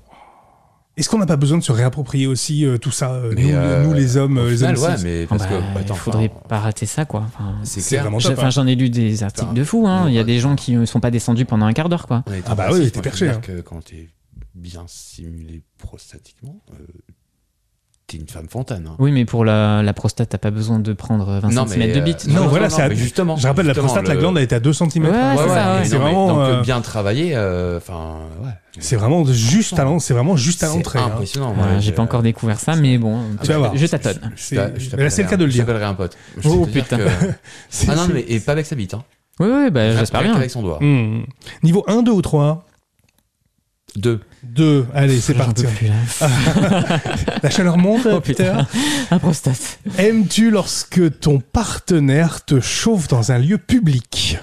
[SPEAKER 1] Est-ce qu'on n'a pas besoin de se réapproprier aussi euh, tout ça euh,
[SPEAKER 3] Mais,
[SPEAKER 1] nous,
[SPEAKER 3] euh,
[SPEAKER 1] nous, les hommes
[SPEAKER 3] au
[SPEAKER 1] euh, les
[SPEAKER 3] final,
[SPEAKER 1] hommes
[SPEAKER 3] ouais,
[SPEAKER 1] cis
[SPEAKER 3] mais
[SPEAKER 2] Ah
[SPEAKER 3] hein. parce
[SPEAKER 2] bah,
[SPEAKER 3] que. Attends,
[SPEAKER 2] il faudrait
[SPEAKER 3] enfin,
[SPEAKER 2] pas rater ça, quoi. Enfin,
[SPEAKER 3] C'est
[SPEAKER 1] C'est
[SPEAKER 3] clair.
[SPEAKER 1] vraiment
[SPEAKER 2] j'ai-
[SPEAKER 1] top.
[SPEAKER 2] enfin,
[SPEAKER 1] hein.
[SPEAKER 2] j'en ai lu des articles de fou. hein. Il y a des gens qui ne sont pas descendus pendant un quart d'heure, quoi.
[SPEAKER 3] On est
[SPEAKER 1] Ah bah
[SPEAKER 3] traumatisé,
[SPEAKER 1] oui, t'es
[SPEAKER 3] moi,
[SPEAKER 1] perché,
[SPEAKER 3] je veux
[SPEAKER 1] hein.
[SPEAKER 3] dire que quand t'es bien simulé prostatiquement, euh, t'es une femme fontaine. hein.
[SPEAKER 2] Oui, mais pour la, la prostate, t'as pas besoin de prendre 20
[SPEAKER 3] Non,
[SPEAKER 2] cm de
[SPEAKER 3] euh,
[SPEAKER 2] bite.
[SPEAKER 1] Non, voilà, c'est à-
[SPEAKER 3] mais justement.
[SPEAKER 1] Je rappelle la
[SPEAKER 3] justement,
[SPEAKER 1] prostate, la
[SPEAKER 3] le-
[SPEAKER 1] glande elle était à hein. 2 cm.
[SPEAKER 2] Ouais,
[SPEAKER 1] Ouais,
[SPEAKER 2] c'est
[SPEAKER 1] ouais,
[SPEAKER 2] ça, ouais.
[SPEAKER 1] c'est
[SPEAKER 3] non, mais
[SPEAKER 1] vraiment,
[SPEAKER 3] donc,
[SPEAKER 1] euh,
[SPEAKER 3] bien travaillé, euh, enfin, ouais.
[SPEAKER 1] C'est vraiment juste à l'en- c'est vraiment juste à
[SPEAKER 3] C'est
[SPEAKER 1] l'entrée. hein.
[SPEAKER 3] impressionnant.
[SPEAKER 2] Ah,
[SPEAKER 3] ouais, euh,
[SPEAKER 2] j'ai pas encore découvert ça, mais bon,
[SPEAKER 1] Tu vas voir.
[SPEAKER 2] je tâtonne.
[SPEAKER 1] C'est-
[SPEAKER 3] Ah, bah, Je t'a- je
[SPEAKER 1] mais là, c'est le cas de le
[SPEAKER 3] t'appellerai un-
[SPEAKER 1] dire.
[SPEAKER 3] Je t'appellerai un pote. Je
[SPEAKER 2] Oh,
[SPEAKER 3] peux te dire
[SPEAKER 2] putain.
[SPEAKER 3] que-
[SPEAKER 1] C'est-
[SPEAKER 3] Ah non,
[SPEAKER 1] c'est-
[SPEAKER 3] mais et pas avec sa bite. Hein.
[SPEAKER 2] Oui, oui, bah, j'espère
[SPEAKER 3] Avec-
[SPEAKER 2] bien.
[SPEAKER 3] Avec son doigt.
[SPEAKER 1] Hmm. Niveau 1, 2 ou 3
[SPEAKER 3] Deux.
[SPEAKER 1] 2. Allez, c'est
[SPEAKER 2] J'en
[SPEAKER 1] parti.
[SPEAKER 2] peux plus, là.
[SPEAKER 1] La chaleur monte,
[SPEAKER 2] Oh,
[SPEAKER 1] Peter.
[SPEAKER 2] putain. La prostate.
[SPEAKER 1] Aimes-tu lorsque ton partenaire te chauffe dans un lieu public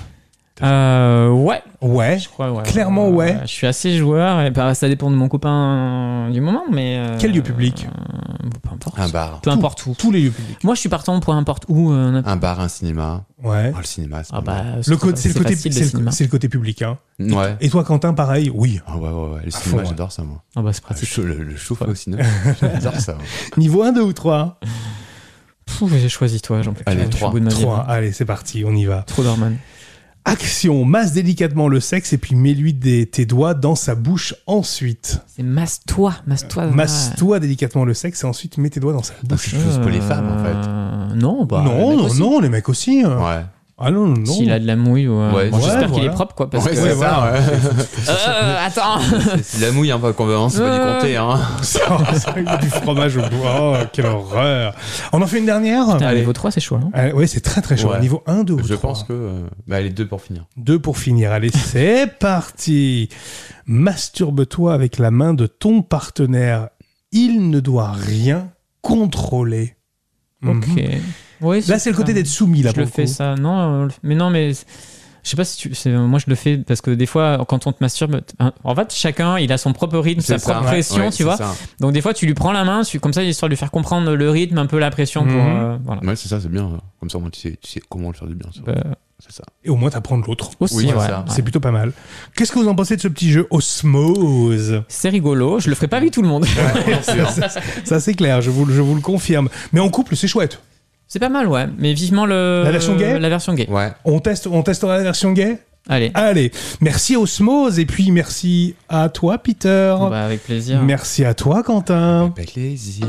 [SPEAKER 2] Euh, ouais.
[SPEAKER 1] Ouais.
[SPEAKER 2] Je crois, ouais. Euh,
[SPEAKER 1] Clairement, ouais.
[SPEAKER 2] Je suis assez joueur, et bah, ça dépend de mon copain euh, du moment, mais. euh,
[SPEAKER 1] Quel lieu public
[SPEAKER 2] euh, Peu importe.
[SPEAKER 3] Un bar.
[SPEAKER 2] Peu importe où.
[SPEAKER 1] Tous les lieux publics.
[SPEAKER 2] Moi, je suis partant pour n'importe où. euh, n'importe-
[SPEAKER 3] Un bar, un cinéma.
[SPEAKER 1] Ouais.
[SPEAKER 3] Ah, le cinéma, c'est
[SPEAKER 2] Ah
[SPEAKER 3] pas mal.
[SPEAKER 2] bah,
[SPEAKER 1] Ah, Le côté,
[SPEAKER 2] trop-
[SPEAKER 1] c'est le côté, c'est
[SPEAKER 2] facile, le cinéma.
[SPEAKER 1] le, c'est le côté public. Hein.
[SPEAKER 3] Ouais.
[SPEAKER 1] Et toi, Quentin, pareil Oui.
[SPEAKER 3] Ah ouais, ouais, ouais. Le
[SPEAKER 1] fond, ouais.
[SPEAKER 3] cinéma, j'adore ça, moi.
[SPEAKER 2] Ah bah, c'est
[SPEAKER 3] Ah, Le
[SPEAKER 2] pratique.
[SPEAKER 3] chou- le- le chauffeur au cinéma, j'adore ça. moi.
[SPEAKER 1] Niveau 1, 2 ou 3
[SPEAKER 2] Pfff, j'ai choisi toi, j'en peux plus.
[SPEAKER 3] Allez,
[SPEAKER 2] Je suis au
[SPEAKER 3] trois.
[SPEAKER 2] bout de ma vie,
[SPEAKER 1] 3.
[SPEAKER 2] là.
[SPEAKER 1] Allez, c'est parti, on y va.
[SPEAKER 2] Trop d'hormones.
[SPEAKER 1] Action, masse délicatement le sexe et puis mets-lui des- tes doigts dans sa bouche ensuite.
[SPEAKER 2] C'est masse-toi, masse-toi.
[SPEAKER 1] Euh, Masse-toi délicatement le sexe et ensuite mets tes doigts dans sa
[SPEAKER 3] Ah,
[SPEAKER 1] bouche.
[SPEAKER 3] C'est juste pour les femmes, en fait.
[SPEAKER 2] fait. Non, bah.
[SPEAKER 1] non,
[SPEAKER 2] le mec
[SPEAKER 1] non,
[SPEAKER 2] aussi.
[SPEAKER 1] non, les mecs aussi. hein.
[SPEAKER 3] Ouais.
[SPEAKER 1] Ah non, non, non.
[SPEAKER 2] S'il a de la mouille, ou, euh,
[SPEAKER 3] Ouais,
[SPEAKER 2] bon,
[SPEAKER 3] ouais,
[SPEAKER 2] j'espère qu'il
[SPEAKER 1] voilà.
[SPEAKER 2] est propre, quoi. Parce
[SPEAKER 3] Ouais,
[SPEAKER 2] que...
[SPEAKER 3] c'est ça, ouais.
[SPEAKER 2] Euh, attends
[SPEAKER 3] C'est- C'est de la mouille, hein, pas qu'on veut, c'est pas du
[SPEAKER 2] Ouais.
[SPEAKER 3] comté, hein.
[SPEAKER 1] du fromage au bois. Oh, quelle horreur. On en fait une dernière
[SPEAKER 2] Putain,
[SPEAKER 3] Allez.
[SPEAKER 2] niveau 3, c'est chaud. hein.
[SPEAKER 1] Euh, ouais, c'est très très chaud.
[SPEAKER 3] Ouais.
[SPEAKER 1] Niveau 1, 2 ou
[SPEAKER 3] Je
[SPEAKER 1] 3.
[SPEAKER 3] pense que. euh, Bah, les deux pour finir.
[SPEAKER 1] Deux pour finir. Allez, c'est parti. Masturbe-toi avec la main de ton partenaire. Il ne doit rien contrôler. Mhm.
[SPEAKER 2] Ok. Ouais,
[SPEAKER 1] Là, c'est le côté
[SPEAKER 2] ça.
[SPEAKER 1] d'être soumis, là,
[SPEAKER 2] Je
[SPEAKER 1] pour
[SPEAKER 2] le
[SPEAKER 1] le
[SPEAKER 2] fais
[SPEAKER 1] coup.
[SPEAKER 2] ça. Non, euh, mais non, mais. c'est- Je sais pas si tu. c'est- euh, Moi, je le fais parce que des fois, quand on te masturbe, t- hein, en fait, chacun, il a son propre rythme, sa
[SPEAKER 3] C'est ça,
[SPEAKER 2] propre
[SPEAKER 3] ouais.
[SPEAKER 2] pression,
[SPEAKER 3] Ouais,
[SPEAKER 2] tu
[SPEAKER 3] c'est
[SPEAKER 2] vois.
[SPEAKER 3] ça.
[SPEAKER 2] Donc, des fois, tu lui prends la main, tu- comme ça, histoire de lui faire comprendre le rythme, un peu la pression. Pour,
[SPEAKER 1] Mhm.
[SPEAKER 2] euh, voilà.
[SPEAKER 3] Ouais, c'est ça, c'est bien. Comme ça, au moins, tu sais, tu sais comment le faire du bien. ça.
[SPEAKER 2] Euh,
[SPEAKER 3] C'est ça.
[SPEAKER 1] Et au moins, t'apprends de l'autre.
[SPEAKER 2] aussi,
[SPEAKER 3] Oui,
[SPEAKER 2] ouais.
[SPEAKER 3] c'est ça.
[SPEAKER 2] Ouais.
[SPEAKER 1] C'est plutôt pas mal. Qu'est-ce que vous en pensez de ce petit jeu Osmose
[SPEAKER 2] C'est rigolo, je le ferai pas avec tout le monde.
[SPEAKER 1] ça, ça- ça, c'est clair, je vous, le- je vous le confirme. Mais en couple, c'est chouette.
[SPEAKER 2] c'est pas mal, ouais. Mais vivement le...
[SPEAKER 1] La version gay
[SPEAKER 2] La version gay.
[SPEAKER 3] Ouais. Ah,
[SPEAKER 1] On, teste, on testera la version gay
[SPEAKER 2] Allez.
[SPEAKER 1] Allez, merci Osmose et puis merci à toi, Peter.
[SPEAKER 2] Bah, avec plaisir. Hein.
[SPEAKER 1] Merci à toi, Quentin.
[SPEAKER 3] Avec plaisir.